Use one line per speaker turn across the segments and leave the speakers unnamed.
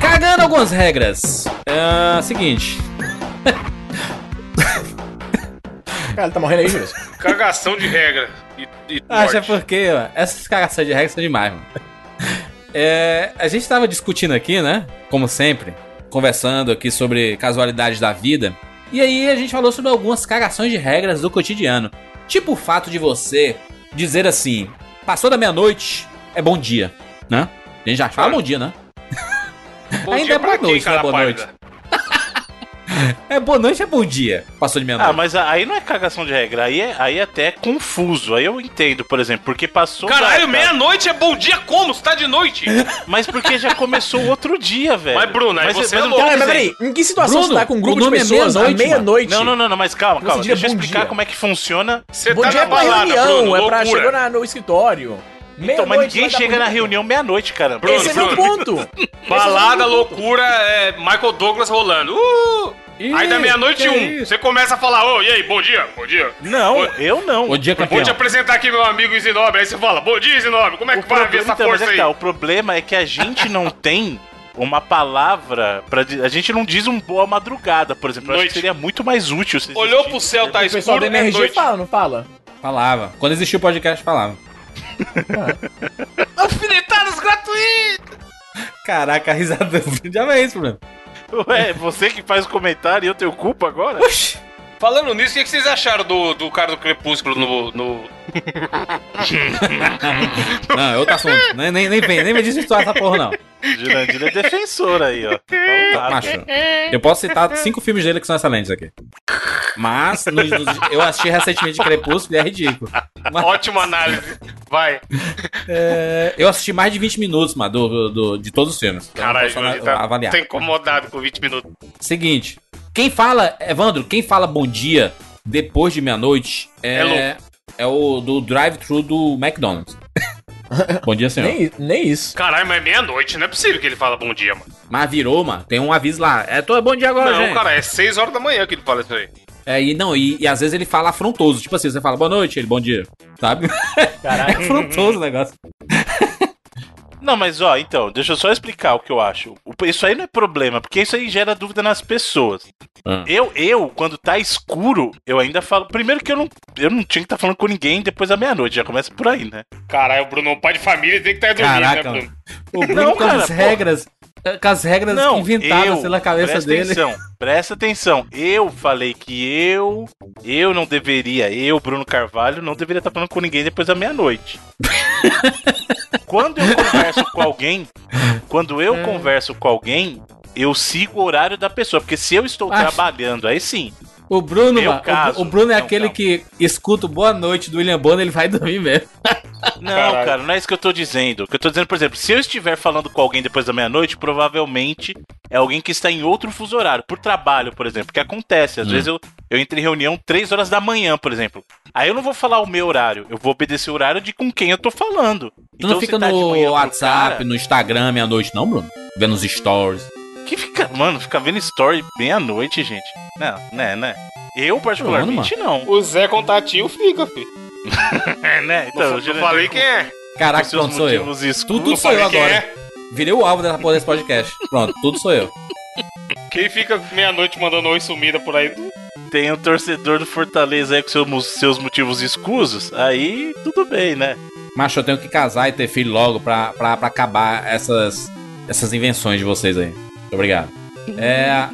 cagando algumas regras. É, seguinte.
Cara, ele tá morrendo aí, Júlio.
Cagação de regra. E, e
Acho é
morte.
porque, ó, essas cagações de regra são demais, mano. É, a gente tava discutindo aqui, né? Como sempre, conversando aqui sobre casualidades da vida. E aí a gente falou sobre algumas cagações de regras do cotidiano. Tipo o fato de você dizer assim: passou da meia-noite, é bom dia, né? A gente já fala bom dia, né?
Bom
Ainda
dia
é boa
pra quem,
noite,
cara
né? Boa
pálida?
É boa noite, é bom dia. Passou de
Ah,
meia-noite.
mas a- aí não é cagação de regra, aí, é, aí até é confuso. Aí eu entendo, por exemplo, porque passou.
Caralho,
da-
meia-noite é bom dia como? Você tá de noite?
Mas porque já começou outro dia, velho.
Mas, Bruno, aí você é
não
louco.
tem
Cara, mas
exemplo.
peraí, em que situação
Bruno,
você tá com um grupo
o
de
nome é
pessoas à
meia-noite,
meite?
Não, não, não, não, mas calma,
Você
calma.
diria
Deixa eu
bom
explicar
dia.
como é que funciona.
Você
Bom
tá
dia é
na
pra
balada,
reunião,
Bruno.
é pra
loucura.
chegou na- no escritório.
Então, mas ninguém
Meia-noite, vai dar
chega
bom
na
dia.
reunião meia-noite, cara.
Bruno,
Esse é meu
Bruno.
ponto.
Balada,
Esse é o meu ponto.
loucura, é Michael Douglas rolando. Uh!
Ih,
aí da meia-noite
que
um,
isso.
você começa a falar, ô, e aí, bom dia, bom dia.
Não, eu não.
Bom dia,
Vou
campeão.
te apresentar aqui meu amigo Isinobre. Aí você fala, bom dia, Isinobre, como é que
o
vai ver
problema,
essa
então, mas
força
é que
aí?
tá, o problema é que a gente não tem uma palavra para a gente não diz um boa madrugada, por exemplo. Eu acho
Noite.
que seria muito mais útil. se
Olhou pro
existisse.
céu, tá
O pessoal
escuro,
da
é
MRG
noite.
fala, não fala?
Falava. Quando existiu o podcast, falava.
Alfinetadas gratuitas!
Caraca, a risada do já é isso, problema.
Ué, É, você que faz o comentário e eu tenho culpa agora?
Oxi.
Falando nisso, o que que vocês acharam do, do cara do Crepúsculo no... no...
Não, é outro assunto. nem, nem, nem vem, nem me diz história essa porra, não. Tá,
Jurandir é defensor aí, ó. Então tá.
Macho. Eu posso citar cinco filmes dele que são excelentes aqui. Mas no- no- eu assisti recentemente Crepúsculo e é ridículo. Mas,
Ótima análise. Vai.
é, eu assisti mais de 20 minutos, mano, do, do- do- de todos os filmes. Então, eu
Caralho,
posso ana-
Júlio, tá,
avaliar.
tá incomodado com 20 minutos.
Seguinte. Quem fala, Evandro, quem fala bom dia depois de meia-noite
É
é,
louco.
é o do drive-thru do McDonald's. bom dia, senhor.
Nem, nem isso.
Caralho, mas é meia-noite, não é possível que ele fala bom dia, mano.
Tipo, Mas virou, mano. Tem um aviso lá. É, tô, bom dia agora,
Não,
gente.
cara, é 6 horas da manhã que ele fala isso aí.
É, e não, e, e às vezes ele fala afrontoso. Tipo assim, você fala boa noite, ele bom dia. Sabe? É
Caralho.
afrontoso o negócio.
Não, mas ó, então, deixa eu só explicar o que eu acho. O- Isso aí não é problema, porque isso aí gera dúvida nas pessoas.
Ah.
Eu, eu, quando tá escuro, eu ainda falo. Primeiro que eu não, eu não tinha que estar falando com ninguém depois da meia-noite, já começa por aí, né?
Caralho, o Bruno é um pai de família, tem que estar dormindo,
Caraca,
né,
mano.
Bruno?
O Bruno
Não,
com as
cara, pô.
regras. eh, Com as regras inventadas
eu-
pela cabeça
presta
dele.
Atenção, presta atenção. Eu falei que eu. Eu não deveria, eu, Bruno Carvalho, não deveria estar falando com ninguém depois da meia-noite. quando eu converso com alguém, quando
Hum.
eu converso com alguém, eu sigo o horário da pessoa. Porque se eu estou
Acho-
trabalhando, aí sim.
O Bruno,
Meu
mano, o-
caso.
o, Bruno é
Não,
aquele
calma.
que escuta o boa noite do William Bonner, ele vai dormir mesmo.
Não,
Caralho.
cara, não é isso que eu tô dizendo. O que eu tô dizendo, por exemplo, se eu estiver falando com alguém depois da meia-noite, provavelmente é alguém que está em outro fuso horário, por trabalho, por exemplo, que acontece. Às
Hum.
vezes eu, eu entro em reunião três horas da manhã, por exemplo. Aí eu não vou falar o meu horário, eu vou obedecer o horário de com quem eu tô falando.
Tu não
se
fica
tá de
no
manhã com o
WhatsApp,
cara,
no Instagram meia-noite, não, Bruno? Vendo os stories.
Que fica, mano, fica vendo story meia-noite, gente. Não, né, né. Eu, particularmente, não.
O Zé contatinho fica, filho.
É, né?
Então, eu falei quem é.
Caraca, pronto, sou eu. Tudo
Não
sou eu
falei quem
agora.
é.
Virei o alvo dessa porra desse podcast. Pronto, tudo sou eu.
Quem fica meia-noite mandando oi sumida por aí?
Tem um torcedor do Fortaleza aí com seu mu- seus motivos escusos, aí tudo bem, né?
Macho, eu tenho que casar e ter filho logo pra, pra, pra acabar essas, essas invenções de vocês aí. Muito obrigado. É.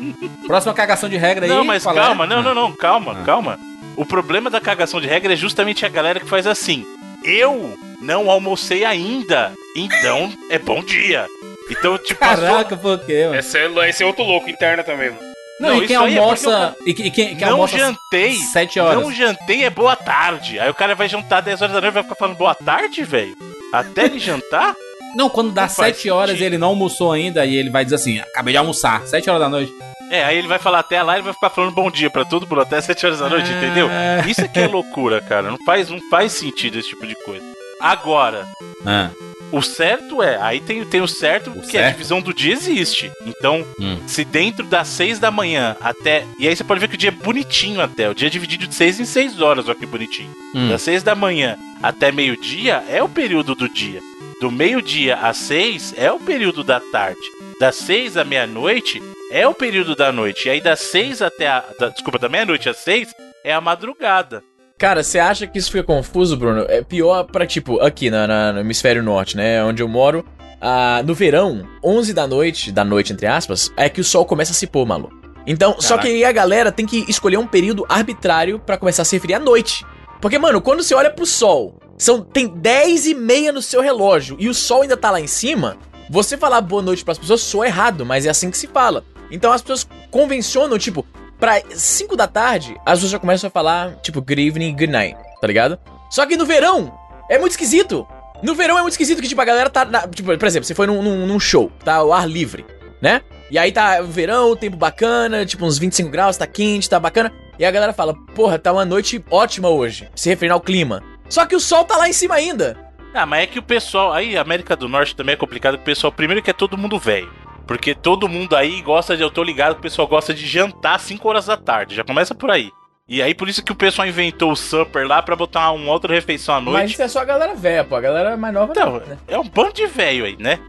Próxima cagação de regra aí.
não, mas
qual é?
calma, não, não, não, calma,
Ah.
calma. O problema da cagação de regra é justamente a galera que faz assim. Eu não almocei ainda, então é bom dia. Então, tipo, passou...
Caraca, por quê, mano?
Esse é, esse é outro louco interna também, mano.
Não,
não,
e quem
isso aí é
almoça. E que- e quem, quem
não
almoça
jantei.
sete horas.
Não jantei é boa tarde. Aí o cara vai jantar 10 horas da noite e vai ficar falando boa tarde, velho. Até ele jantar?
Não, quando dá
Não faz
sete horas e
sentido.
ele não almoçou ainda, e ele vai dizer assim: acabei de almoçar, sete horas da noite.
É, aí ele vai falar até lá e vai ficar falando bom dia pra todo mundo até 7 horas da noite,
Ah.
entendeu? Isso aqui é loucura, cara. Não faz, não faz sentido esse tipo de coisa. Agora,
Ah,
o certo é, aí tem, tem o certo
O
que a
certo?
divisão do dia existe. Então,
Hum.
se dentro das 6 da manhã até. E aí você pode ver que o dia é bonitinho até. O dia é dividido de 6 em 6 horas, olha que bonitinho.
Hum.
Das 6 da manhã até meio-dia é o período do dia. Do meio-dia às 6 é o período da tarde. das seis à meia-noite é o período da noite. E aí das seis até a. da- desculpa, da meia-noite às seis é a madrugada.
Cara, você acha que isso fica confuso, Bruno? É pior pra, tipo, aqui na, na- no hemisfério norte, né? Onde eu moro. ah, no verão, 11 da noite, da noite entre aspas, é que o sol começa a se pôr, malu. Então, só que
Caraca.
aí a galera tem que escolher um período arbitrário pra começar a se refrir à noite. Porque, mano, quando você olha pro sol, são, tem 10 e meia no seu relógio e o sol ainda tá lá em cima, você falar boa noite pras pessoas soa errado, mas é assim que se fala. Então as pessoas convencionam, tipo, pra 5 da tarde, as pessoas já começam a falar, tipo, good evening, good night, tá ligado? Só que no verão, é muito esquisito. No verão é muito esquisito que, tipo, a galera tá. na- tipo, por exemplo, você foi num, num- num show, tá ao ar livre, né? E aí tá o verão, tempo bacana, tipo, uns 25 graus, tá quente, tá bacana. E a galera fala, porra, tá uma noite ótima hoje, se referindo ao clima. Só que o sol tá lá em cima ainda.
Ah, mas é que o pessoal. Aí, América do Norte também é complicado, que o pessoal, primeiro que é todo mundo velho. Porque todo mundo aí gosta de. Eu tô ligado que o pessoal gosta de jantar às 5 horas da tarde. Já começa por aí. E aí, por isso que o pessoal inventou o supper lá pra botar uma outra refeição à noite.
é só a galera velha, pô. A galera mais nova
Então, é um bando de velho aí, né?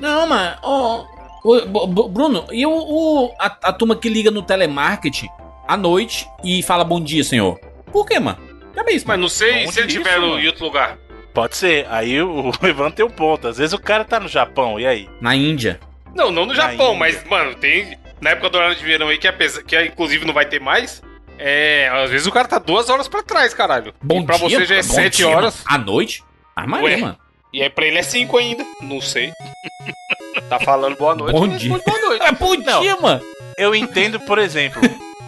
Não, mas. ó, ô, Bo- Bo- Bruno, e o, o- a, a turma que liga no telemarketing à noite e fala bom dia, senhor? Por quê, mano? Já bem isso,
Mas
mano.
não sei
Onde
se ele
isso,
tiver
mano?
em outro lugar.
Pode ser. Aí o o Ivan tem um ponto. Às vezes o cara tá no Japão, e aí?
Na Índia.
Não, não no
Na
Japão,
Índia.
mas, mano, tem. Na época do horário de verão aí, que, apesa- que inclusive não vai ter mais. É. Às vezes o cara tá duas horas pra trás, caralho.
Bom
e pra
dia.
você já é
bom
sete
dia,
horas.
mano. À noite? Ah, mas
Ué,
é, mano.
E aí pra ele é cinco ainda. Não sei. tá falando boa noite.
Bom
mas
dia.
muito Boa noite.
É bom
Não.
dia, mano.
Eu entendo, por exemplo,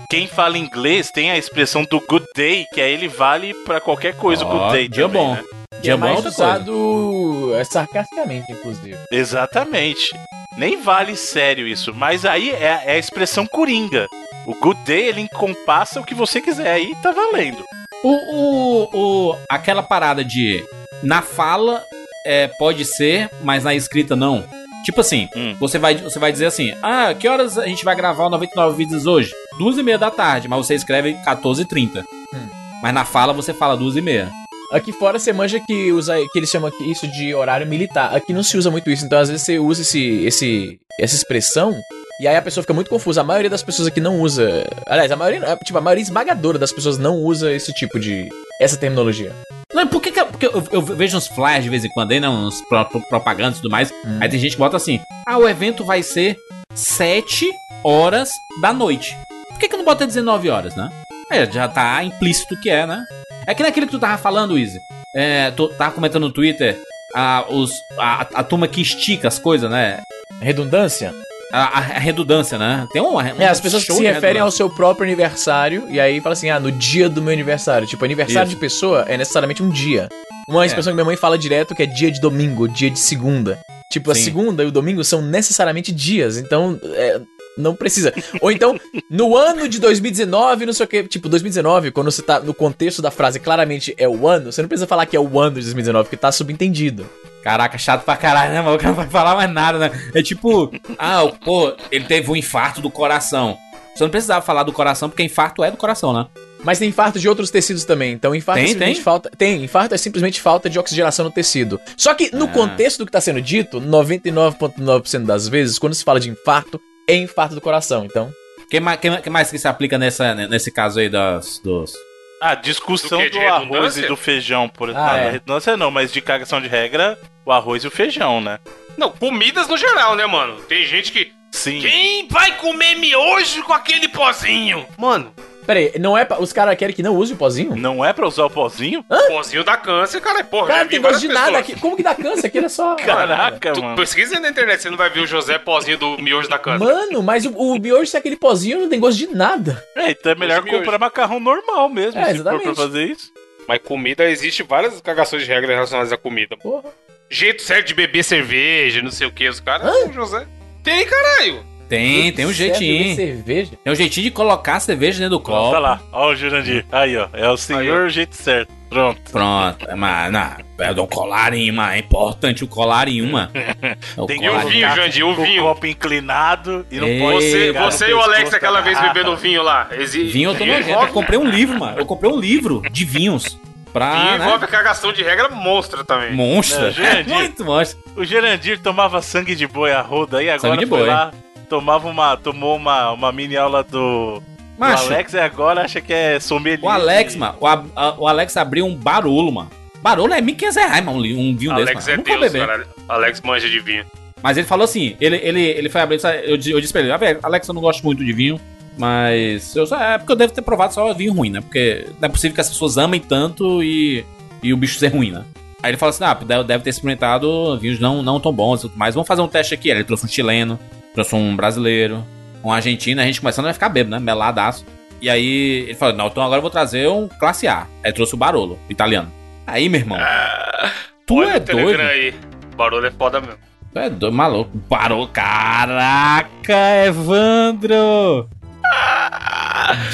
quem fala inglês tem a expressão do good day, que aí ele vale pra qualquer coisa. o
Ó,
good day
dia
também,
bom.
né?
Dia bom é outra coisa.
usado é sarcasticamente, inclusive.
Exatamente. Nem vale sério isso. Mas aí é, é a expressão coringa. O good day, ele encompassa o que você quiser. Aí tá valendo.
O, o, o, aquela parada de na fala é, pode ser, mas na escrita não. Tipo assim,
Hum.
você, vai, você vai dizer assim: Ah, que horas a gente vai gravar o 99 vídeos hoje? Duas e meia da tarde, mas você escreve 14h30.
Hum.
Mas na fala você fala duas e meia.
Aqui fora você manja que, usa, que eles chamam aqui isso de horário militar. Aqui não se usa muito isso, então às vezes você usa esse, esse, essa expressão e aí a pessoa fica muito confusa. A maioria das pessoas aqui não usa. Aliás, a maioria, não, tipo, a maioria esmagadora das pessoas não usa esse tipo de. essa terminologia.
Não, por que que- porque eu, eu vejo uns flyers de vez em quando aí, né? Uns pro, pro- propagandas e tudo mais.
Hum.
Aí tem gente que bota assim: Ah, o evento vai ser 7 horas da noite. Por que, que não bota 19 horas, né? É, já tá implícito que é, né? É que naquilo que tu tava falando, Izzy. É, tu tava comentando no Twitter a, os, a, a turma que estica as coisas, né?
Redundância?
A, a- a redundância, né? Tem uma.
É, as pessoas que se
né,
referem ao seu próprio aniversário e aí fala assim, ah, no dia do meu aniversário. Tipo, aniversário
Isso.
de pessoa é necessariamente um dia. Uma
É.
expressão que minha mãe fala direto que é dia de domingo, dia de segunda. Tipo, a
Sim.
segunda e o domingo são necessariamente dias, então é, não precisa. Ou então, no ano de 2019, não sei o que, tipo, 2019, quando você tá no contexto da frase claramente é o ano, você não precisa falar que é o ano de 2019, porque tá subentendido.
Caraca, chato pra caralho, né, mano? O cara não vai falar mais nada, né? É tipo, ah, o- pô, ele teve um infarto do coração. Você não precisava falar do coração, porque infarto é do coração, né?
Mas tem infarto de outros tecidos também. Então, infarto é
Tem,
simplesmente
tem?
falta. Tem, infarto é simplesmente falta de oxigenação no tecido. Só que no
Ah.
contexto do que tá sendo dito, 99,9% das vezes, quando se fala de infarto, é infarto do coração. Então,
Quem mais, quem, quem mais que se aplica nessa, né, nesse caso aí das, dos.
A Ah, discussão
Do
do,
quê? De
arroz
redundância?
e do feijão, por exemplo.
Ah,
Ah,
é.
não, redundância não, mas de cagação de regra, o arroz e o feijão, né?
Não, comidas no geral, né, mano? Tem gente que.
Sim.
Quem vai comer miojo com aquele pozinho? Mano,
pera aí, não é pra, os caras querem que não use o pozinho?
Não é pra usar o pozinho?
pozinho dá câncer, cara. Porra,
Cara,
já
não
vi
tem gosto
várias
de nada
pessoas.
aqui. Como que dá câncer? Aquilo é só.
Caraca,
Tu
mano.
pesquisa aí na internet, você não vai ver o José pozinho do miojo da câncer.
Mano, mas o, o miojo, se é aquele pozinho, não tem gosto de nada.
É, então é melhor
Os miojos.
comprar macarrão normal mesmo,
É,
se for pra
exatamente.
fazer isso.
Mas comida, existe várias cagações de regras relacionadas à comida.
Porra.
Jeito certo de beber cerveja, não sei o que, os caras. Ah, o José. Tem, caralho.
Tem, tem um
Certo,
jeitinho.
Cerveja.
Tem um jeitinho de colocar a cerveja dentro do copo.
Olha Tá lá, ó o Jurandir. Aí, ó. É o senhor
Aí,
jeito certo. Pronto.
Pronto, é, mas não, é do colarinho, mano. É importante o colarinho, mano. É o
Tem que
E o
Olha,
vinho,
cara,
Jandir, o
Com o
vinho.
copo inclinado e não
Ei,
pode.
Você,
pegar no
você e o Alex
pescoço
tá
aquela
da
vez
garrafa.
bebendo vinho lá. Exi-
Vinho eu tô nojento. Eu comprei um livro, mano. Eu comprei um livro de vinhos. pra.
e
né?
envolve a cagação de regra monstra também.
Monstro.
Não, É, gente.
Muito monstro.
O Gerandir tomava sangue de boi a roda e agora
Sangue de
foi
boi.
lá, tomava uma, tomou uma, uma mini aula do, do
Macho, o Alex,
Alex e agora acha que é sommelier. de-
mano, o, a- a- o Alex abriu um barulho, mano. Barulho é Mikenzerai, mano, um li- um vinho desse,
Alex
mano.
é
Nunca
Deus,
bebi.
caralho. Alex manja de vinho.
Mas ele falou assim, ele, ele, ele foi abrindo, sabe, eu, di- eu disse pra ele, ah, velho, Alex, eu não gosto muito de vinho, mas eu só, é porque eu devo ter provado só vinho ruim, né? Porque não é possível que as pessoas amem tanto e, e o bicho ser ruim, né? Aí ele falou assim, ah, deve deve ter experimentado vinhos não, não tão bons e tudo mais, vamos fazer um teste aqui. Aí ele trouxe um chileno, trouxe um brasileiro, um argentino, a gente começando a ficar bêbado, né? Meladaço. E aí ele falou, não, então agora eu vou trazer um classe A. Aí trouxe o Barolo, italiano. Aí, meu irmão,
Ah,
tu
olha
é
o Telegram
doido.
aí. Barulho é foda mesmo.
Tu é doido, maluco. Parou. Caraca, Evandro!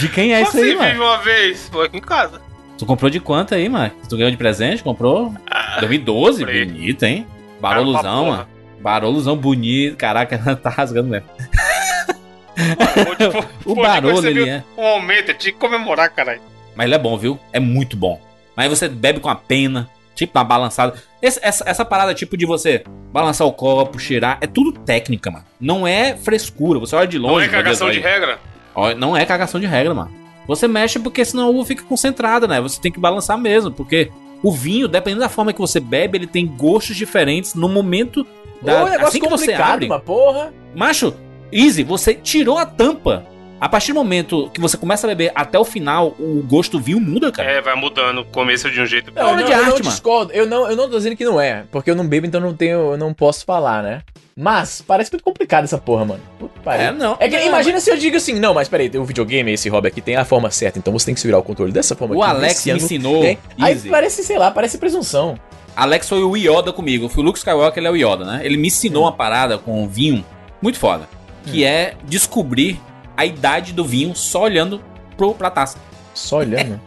De quem é isso
Ah! Você
aí,
vive
mano?
uma vez? Foi aqui em casa.
Tu comprou de quanto aí, mano? Tu ganhou de presente? Comprou? 2012?
Ah, comprei.
Bonito, hein?
Cara,
Baroluzão,
pra
mano. Baroluzão bonito. Caraca, tá rasgando mesmo.
porra. Onde foi-
O
onde
Barolo,
percebeu
ele é.
Um aumento, eu tinha que comemorar, caralho.
Mas ele é bom, viu? É muito bom. Mas você bebe com a pena, tipo uma balançada. Esse- essa, essa parada, tipo, de você balançar o copo, cheirar, é tudo técnica, mano. Não é frescura. Você olha de longe.
Não é
meu Deus,
cagação
olha
de
aí.
regra?
Ó, Não é cagação de regra, mano. Você mexe porque senão a uva fica concentrada, né? Você tem que balançar mesmo, porque o vinho, dependendo da forma que você bebe, ele tem gostos diferentes no momento da
Ô, é um negócio
assim que você
complicado,
abre.
uma porra.
Macho, easy, você tirou a tampa. A partir do momento que você começa a beber até o final, o gosto do vinho muda, cara.
É, vai mudando. Começa de um jeito.
Tá. É
Não,
obra
não,
de
eu não
arte, mano.
discordo. Eu não, eu não tô dizendo que não é, porque eu não bebo, então não tenho, eu não posso falar, né? Mas parece muito complicado essa porra, mano. Puta que pariu.
não.
É que
Não,
imagina se eu digo assim, não, mas peraí, tem um videogame, esse hobby aqui tem a forma certa, então você tem que virar o controle dessa forma
O
aqui,
Alex
desse
me
ângulo,
ensinou.
né? Aí
Easy.
parece, sei lá, parece presunção.
Alex foi o Yoda comigo. Eu fui o Luke Skywalker, ele é o Yoda, né? Ele me ensinou uma parada com o vinho muito foda.
Hum.
Que é descobrir a idade do vinho só olhando pro, pra taça.
Só olhando.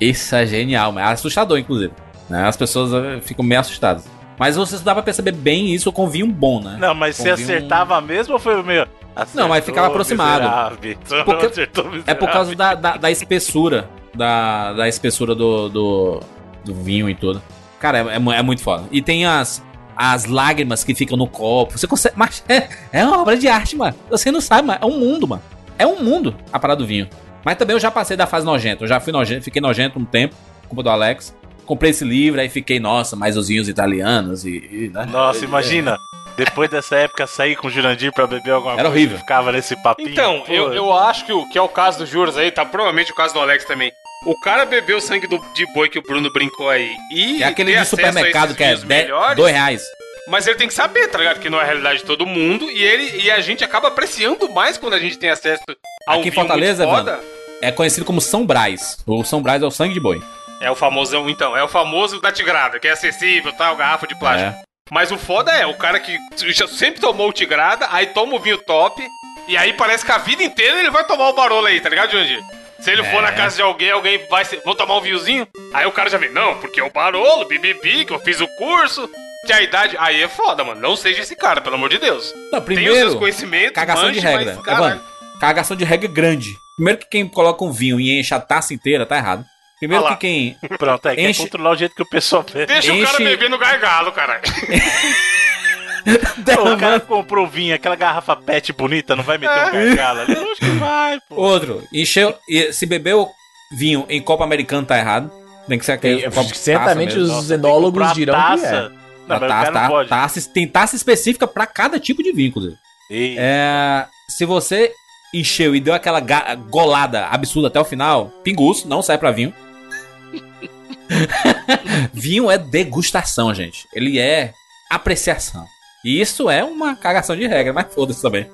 Isso é genial, mas é assustador, inclusive. né? As pessoas eh, ficam meio assustadas. Mas você só dá pra perceber bem isso com vinho bom, né?
Não, mas você
Ouvi um-
acertava mesmo ou foi meio.
Não, mas ficava aproximado.
então
Porque- É
Ah,
por causa da, da, da espessura. Da, da espessura do, do, do vinho e tudo. Cara, é, é mu- é muito foda. E tem as, as lágrimas que ficam no copo. Você consegue. Mas é, é uma obra de arte, mano. Você não sabe, mano. É um mundo, mano. É um mundo a parada do vinho. Mas também eu já passei da fase nojenta. Eu já fui nojento, fiquei nojento um tempo, culpa do Alex. Comprei esse livro, aí fiquei, nossa, mais os vinhos italianos e. e, né?
Nossa, imagina. Depois dessa época sair com o Jurandir pra beber alguma
Era
coisa.
horrível.
Ficava nesse papinho.
Então,
Pô,
eu, eu acho que, o, que é o caso do Juras aí, tá provavelmente o caso do Alex também. O cara bebeu o sangue do, de boi que o Bruno brincou aí. E
É aquele
ter
de
acesso a
supermercado
esses
que é
vinhos
10,
melhores,
2 reais.
Mas ele tem que saber, tá ligado? Que não é a realidade de todo mundo. E ele e a gente acaba apreciando mais quando a gente tem acesso a um
Aqui em
vinho
Fortaleza,
muito foda.
É conhecido como São Brás. O São Brás é o sangue de boi.
É o famosão, então. É o famoso da tigrada, que é acessível, tal, garrafa de plástico.
É.
Mas o foda é, o cara que já sempre tomou o Tigrada, aí toma o vinho top, e aí parece que a vida inteira ele vai tomar o Barolo aí, tá ligado, Jandir? Se ele
É.
for na casa de alguém, alguém vai ser, vou tomar um vinhozinho? Aí o cara já vem, não, porque é o Barolo, bibibi, que eu fiz o curso, que a idade... Aí é foda, mano, não seja esse cara, pelo amor de Deus.
Não,
Tem os seus
primeiro,
conhecimentos,
cagação de regra.
mas, caralho,
Evandro, cagação de regra grande. Primeiro que quem coloca um vinho e enche a taça inteira, tá errado. Primeiro
Ah lá.
que quem.
Pronto, aí
Enche-
quer controlar o jeito que o pessoal bebe.
deixa o cara
enche-
beber no gargalo, caralho.
Pô, o cara comprou vinho, aquela garrafa pet bonita, não vai meter um gargalo ali? Lógico que vai, pô.
Outro, encheu. e Se bebeu vinho em copo americano, tá errado. Tem que ser aquele.
Tem-
copo de
certamente
taça mesmo.
os
Nossa, tem que
enólogos
comprar uma
dirão que é.
taça. Não,
Não,
mas o cara
taça,
não
tá,
pode.
taça, tem taça específica pra cada tipo de vinho, inclusive.
Ei,
É, se você encheu e deu aquela ga- golada absurda até o final, pinguço, não sai pra vinho. vinho é degustação, gente. Ele é apreciação. E isso é uma cagação de regra, mas foda-se também.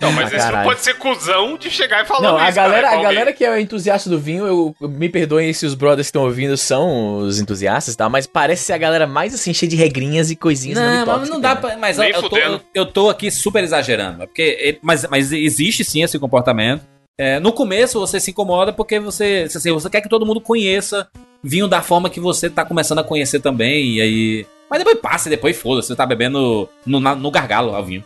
Não, mas
Ah,
esse não
caralho.
pode ser cuzão de chegar e falar
Não, a
isso, caralho,
galera,
pra
a
alguém.
galera que é entusiasta do vinho, eu eu- me perdoem se os brothers que estão ouvindo são os entusiastas, tá? Mas parece ser a galera mais assim, cheia de regrinhas e coisinhas
Não, mas
tóxicas,
não dá
né?
pra. Mas eu,
Nem
eu, tô,
fudendo.
eu, eu tô aqui super exagerando. é Porque, mas, mas existe sim esse comportamento. É, no começo você se incomoda porque você, assim, você quer que todo mundo conheça vinho da forma que você tá começando a conhecer também. E aí. Mas depois passa e depois foda-se. Você tá bebendo no, na- no gargalo ao vinho.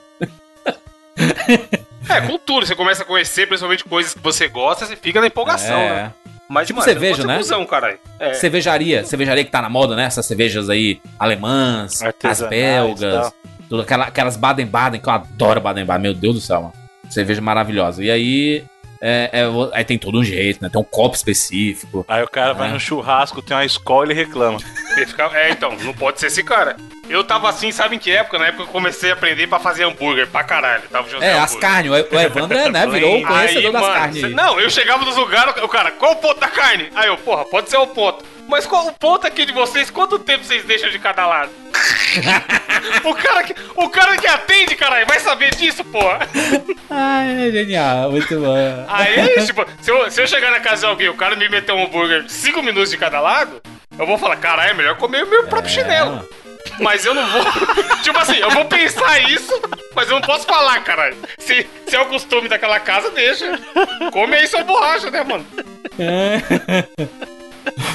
É, com tudo, você começa a conhecer principalmente coisas que você gosta, você fica na empolgação, né? Mas,
Tipo
mano, eu
cerveja,
vou ser
né?
Cuzão, caralho. É.
Cervejaria, cervejaria que tá na moda, né? Essas cervejas aí alemãs, as
Artesanais,
belgas,
tal.
tudo, aquela- aquelas Baden-Baden, que eu adoro Baden-Baden, meu Deus do céu, mano. Cerveja maravilhosa. E aí, é, é, o- aí tem todo um jeito, né? Tem um copo específico.
Aí o cara vai
É.
no churrasco, tem uma escola e reclama.
Ele ficava- É, então, não pode ser esse cara. Eu tava assim, sabe em que época? Na época que eu comecei a aprender pra fazer hambúrguer, pra caralho. Tava jogando
É, as
hambúrguer.
carnes. O o Evandro, é, né? Virou o conhecedor
Aí,
das
mano,
carnes.
cê- Não, eu chegava nos lugares, o cara, qual o ponto da carne? Aí eu, porra, pode ser o ponto. Mas qual o ponto aqui de vocês? Quanto tempo vocês deixam de cada lado? o, cara que, o cara que atende, caralho, vai saber disso, porra.
Ah, é genial, muito bom.
Aí, tipo, se eu, se eu chegar na casa de alguém e o cara me meter um hambúrguer 5 minutos de cada lado, eu vou falar, caralho, é melhor comer o meu próprio chinelo. Mas eu não vou. tipo assim, eu vou pensar isso, mas eu não posso falar, caralho. Se, se é o costume daquela casa, deixa. Come aí sua borracha, né, mano?
É.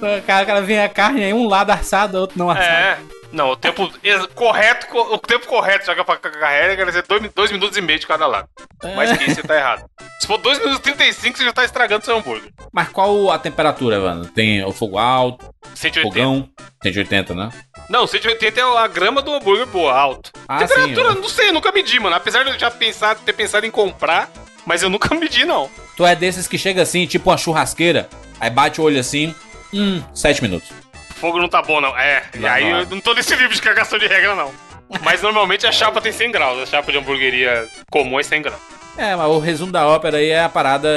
O cara, o cara vem a carne aí, um lado assado, outro não assado.
É. Não, o tempo ex- correto, co- o tempo correto, já que pra carreira, quer dizer, dois, mi- dois minutos e meio de cada lado. Mas que isso, você tá errado. Se for 2 minutos e 35, você já tá estragando seu hambúrguer.
Mas qual a temperatura, mano? Tem o fogo alto,
180.
fogão, 180, né?
Não, 180 é a grama do hambúrguer, boa, alto.
Ah,
Temperatura,
sim,
não sei, eu nunca medi, mano. Apesar de eu já pensar, ter pensado em comprar, mas eu nunca medi, não.
Tu é desses que chega assim, tipo uma churrasqueira, aí bate o olho assim, hum, 7 minutos.
Fogo não tá bom, não. É, e
Não,
aí
não.
eu não tô nesse livro de cagação de regra, não. Mas normalmente a chapa tem 100 graus. A chapa de hambúrgueria comum é 100 graus.
É, mas o resumo da ópera aí é a parada,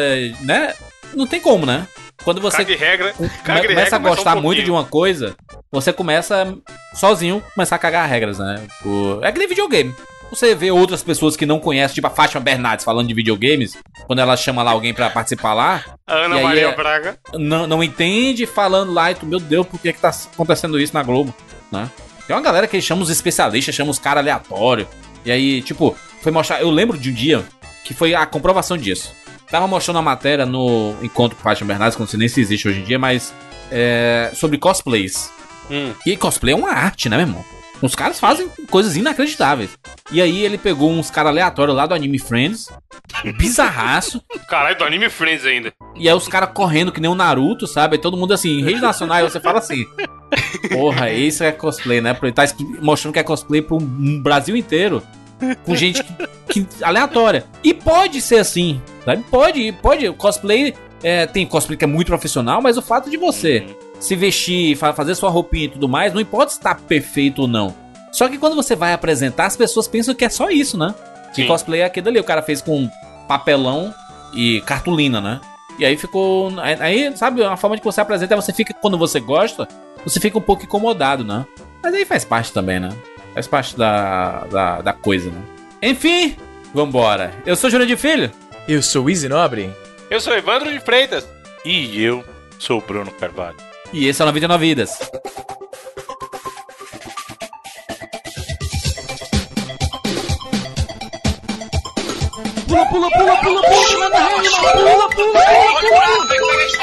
né? Não tem como, né? Quando você
Caga de regra.
come-
Caga de regra.
começa a
mas só um
gostar muito
pouquinho.
de uma coisa, você começa sozinho começar a cagar regras, né? Tipo, É que nem videogame. Você vê outras pessoas que não conhecem, tipo a Fátima Bernardes falando de videogames, quando ela chama lá alguém pra participar lá,
A Ana
E aí
Maria
é-
Braga.
não, não entende falando lá e tu, meu Deus, por que, que tá acontecendo isso na Globo, né? Tem uma galera que chama os especialistas, chama os caras aleatórios. E aí, tipo, foi mostrar. Eu lembro de um dia que foi a comprovação disso. Tava mostrando a matéria no encontro com o Fátima Bernardes, que eu não sei nem se existe hoje em dia, mas é, sobre cosplays.
Hum.
E cosplay é uma arte, né, meu irmão? Os caras fazem coisas inacreditáveis. E aí ele pegou uns caras aleatórios lá do Anime Friends, bizarraço,
Caralho, do Anime Friends ainda.
e aí os caras correndo que nem o Naruto, sabe? Aí todo mundo assim, em rede nacional, aí você fala assim. Porra, isso é cosplay, né? Ele tá expli- mostrando que é cosplay pro um Brasil inteiro. Com gente que, que- aleatória. E pode ser assim, sabe? Pode, pode. O Cosplay é, tem cosplay que é muito profissional, mas o fato de você se vestir, fa- fazer sua roupinha e tudo mais, não importa se tá perfeito ou não. Só que quando você vai apresentar, as pessoas pensam que é só isso, né? Que
Sim.
cosplay é aquilo ali. O cara fez com papelão e cartolina, né? E aí ficou. aí- Aí, sabe, uma forma de que você apresenta, você fica, quando você gosta, você fica um pouco incomodado, né? Mas aí faz parte também, né? Faz parte da, da, da coisa, né? Enfim, vambora. Eu sou Júlio de Filho.
Eu sou o Easy Nobre.
Eu sou Evandro de Freitas.
E eu sou o Bruno Carvalho.
E esse é o 99 Vidas. Pula, pula, pula, pula, pula, pula, pula, pula,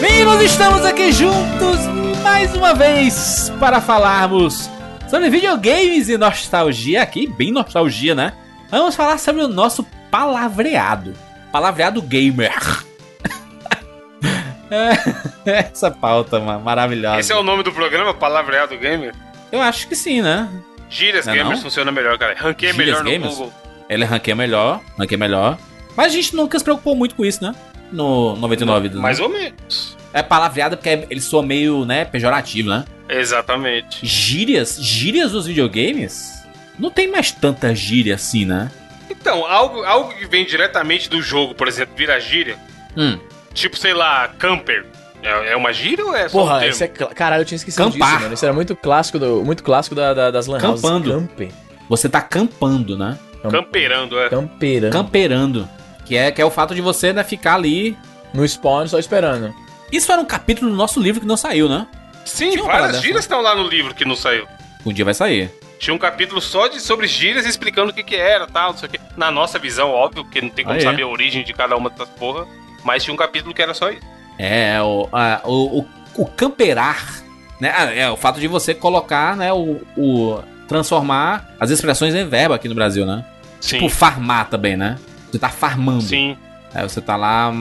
Meninos, estamos aqui juntos mais uma vez para falarmos sobre videogames e nostalgia aqui, bem nostalgia, né? Vamos falar sobre o nosso palavreado. Palavreado gamer. É, Essa pauta, mano, maravilhosa.
Esse é o nome do programa, Palavreado Gamer.
Eu acho que sim, né?
Gírias
Não é
Gamers
não?
funciona melhor, cara. Ranquei
Gírias
melhor no
Gamers?
Google.
Ele ranqueia melhor, ranqueia melhor. Mas a gente nunca se preocupou muito com isso, né? No 99. Né?
Mais ou menos.
É palavreado porque ele soa meio, né, pejorativo, né?
Exatamente.
Gírias? Gírias dos videogames? Não tem mais tanta gíria assim, né?
Então, algo, algo que vem diretamente do jogo, por exemplo, vira gíria,
Hum.
tipo, sei lá, camper. É, é uma gíria ou é só um
Porra,
termo?
esse é. cla- Caralho, eu tinha esquecido
Campar.
disso, mano. Esse era muito clássico, do, muito clássico da, da- das Lan Houses.
Campando.
Campe,
Você tá campando, né?
Camperando, é.
campeirando.
Camperando. Que é, que é o fato de você né, ficar ali.
No spawn, só esperando.
Isso era um capítulo do nosso livro que não saiu, né?
Sim,
Tinha uma parada
várias
dessa, né?
gírias estão lá no livro que não saiu.
Um dia vai sair.
Tinha um capítulo só de, sobre gírias explicando o que, que era tal, não sei o que. Na nossa visão, óbvio, porque não tem como
Ah, é?
saber a origem de cada uma dessas porra. Mas tinha um capítulo que era só isso.
É, o, a- o, o, o camperar, né? Ah, É o fato de você colocar, né? O, o- transformar as expressões em verbo aqui no Brasil, né?
Sim.
Tipo, farmar também, né? Você tá farmando.
Sim.
Aí você tá lá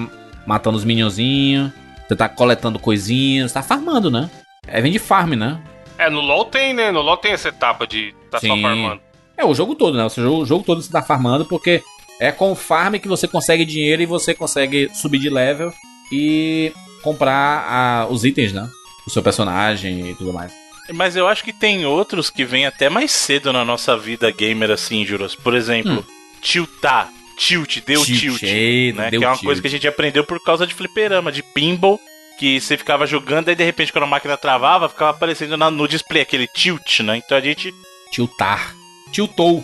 matando os minhãozinhos, você tá coletando coisinhas, tá farmando, né? É, vem de farm, né?
É, no LoL tem, né? No LoL tem essa etapa de tá só
Sim.
farmando.
É o jogo todo, né? O jogo, o jogo todo você tá farmando, porque é com o farm que você consegue dinheiro e você consegue subir de level e comprar a- os itens, né? O seu personagem e tudo mais.
Mas eu acho que tem outros que vêm até mais cedo na nossa vida gamer, assim, Juras. Por exemplo, tiltar. Tilt, deu tilt.
é,
né?
deu
que é uma
tilt.
coisa que a gente aprendeu por causa de fliperama, de pinball, que você ficava jogando, aí de repente quando a máquina travava, ficava aparecendo na- no display aquele tilt, né? Então a gente.
Tiltar. Tiltou.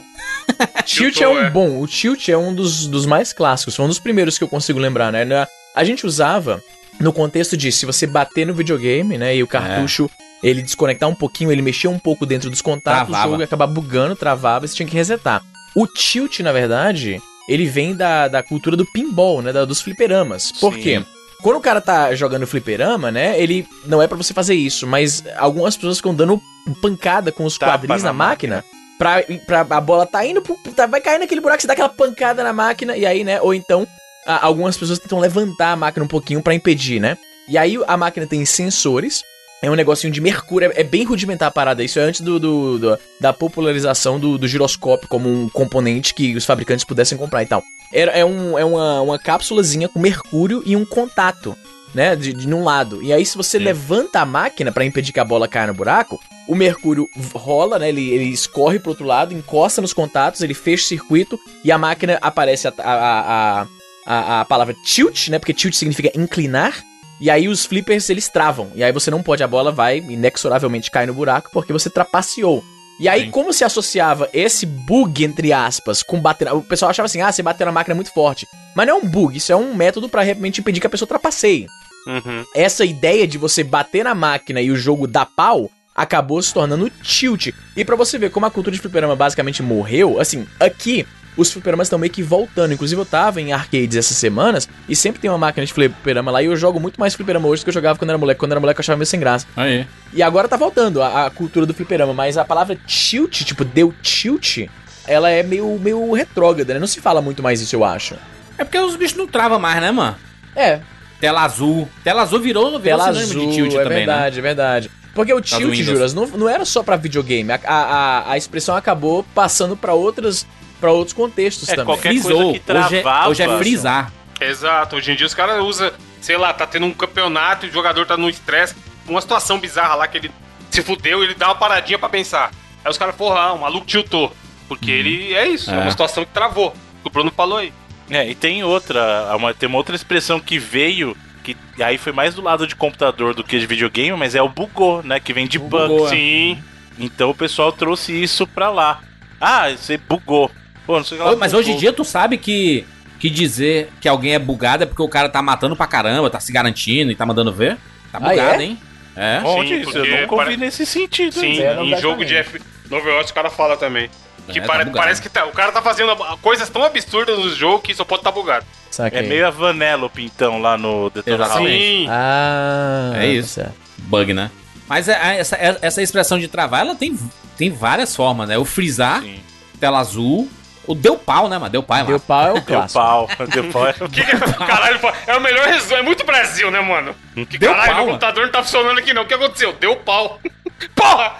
Tilt é
Tiltou,
um
é.
bom. O tilt é um dos, dos mais clássicos. Foi um dos primeiros que eu consigo lembrar, né? Na- A gente usava no contexto de se você bater no videogame, né? E o cartucho ele desconectar um pouquinho, ele mexia um pouco dentro dos contatos,
Travava.
o jogo ia acabar bugando, travava, e você tinha que resetar. O tilt, na verdade, ele vem da, da cultura do pinball, né? da- dos fliperamas. Por
Sim.
quê? Quando o cara tá jogando fliperama, né? Ele não é pra você fazer isso, mas algumas pessoas ficam dando pancada com os
Tapa
quadris
na
na, máquina pra, pra a bola tá indo, pro- tá- vai cair naquele buraco, você dá aquela pancada na máquina, e aí, né? Ou então, a- algumas pessoas tentam levantar a máquina um pouquinho pra impedir, né? E aí a máquina tem sensores, é um negocinho de mercúrio, é, é bem rudimentar a parada. Isso é antes do, do- do- da popularização do, do giroscópio como um componente que os fabricantes pudessem comprar e tal. Era, é um, é uma, uma cápsulazinha com mercúrio e um contato, né? De, de num lado. E aí, se você
Sim.
levanta a máquina pra impedir que a bola caia no buraco, o mercúrio v- rola, né? Ele, ele escorre pro outro lado, encosta nos contatos, ele fecha o circuito e a máquina aparece a, a, a, a, a palavra tilt, né? Porque tilt significa inclinar. E aí os flippers eles travam. E aí você não pode, a bola vai inexoravelmente cair no buraco porque você trapaceou. E aí,
Sim.
como se associava esse bug, entre aspas, com bater. na- O pessoal achava assim, ah, você bateu na máquina muito forte. Mas não é um bug, isso é um método pra realmente impedir que a pessoa trapaceie
Uhum.
essa ideia de você bater na máquina e o jogo dar pau acabou se tornando tilt. E pra você ver como a cultura de fliperama basicamente morreu, assim, aqui os fliperamas estão meio que voltando. Inclusive eu tava em arcades essas semanas e sempre tem uma máquina de fliperama lá e eu jogo muito mais fliperama hoje do que eu jogava quando era moleque. Quando era moleque eu achava meio sem graça.
Aí.
E agora tá voltando a, a cultura do fliperama, mas a palavra tilt, tipo, deu tilt, ela é meio, meio retrógrada, né? Não se fala muito mais isso, eu acho.
É porque os bichos não travam mais, né, mano?
É,
Tela azul. Tela azul virou, virou
Tela
sinônimo
azul,
de tilt
é
também, né? Tá
verdade, é verdade. Porque o
do
tilt,
Windows.
Juras, não, não era só pra videogame. A, a, a- a expressão acabou passando pra outras para outros contextos
É,
também.
qualquer- coisa
Frisou.
que
Hoje é,
travava.
hoje é frisar.
Exato. Hoje em dia os caras usam, sei lá, tá tendo um campeonato e o jogador tá no estresse, uma situação bizarra lá que ele se fudeu e ele dá uma paradinha pra pensar. Aí os caras, porra, ah, o maluco tiltou. Porque ele é isso, é.
É.
uma situação que travou. O que o Bruno falou aí.
É, e tem outra. Uma, tem uma outra expressão que veio, que aí foi mais do lado de computador do que de videogame, mas é o bugou, né? Que vem de bug.
bugou, é.
Sim.
Então o pessoal trouxe isso pra lá. Ah, você bugou. Pô, não sei o que lá,
Ô, Mas hoje em
bugou.
dia tu sabe que, que dizer que alguém é bugado é porque o cara tá matando pra caramba, tá se garantindo e tá mandando ver. Tá
Ah, é?
bugado, hein? É.
Onde
Sim,
isso?
porque
Eu nunca ouvi
pare-
nesse sentido.
Sim,
né?
é
em
novidade
jogo
também.
de F. No Overwatch o cara fala também. Que
É, tá
pare-
bugado.
parece que tá- o cara tá fazendo a- coisas tão absurdas no jogo que só pode tá bugado.
Saquei.
É meio a Vanellope, então, lá no Detona
Exatamente.
House.
Sim.
Ah,
assim. É
tá
isso.
certo.
Bug, né? Mas é- é- essa, é- essa expressão de travar, ela tem, tem várias formas, né? O frisar,
Sim.
tela azul. O deu pau, né, mano? Deu pau, é
Deu
massa.
pau é o
Deu
clássico.
pau. Deu pau. é-
Que que é- caralho, é o melhor resumo. É muito Brasil, né, mano? Que
Deu pau,
caralho, meu
mano.
computador não tá funcionando aqui não. O que aconteceu? Deu pau. Porra!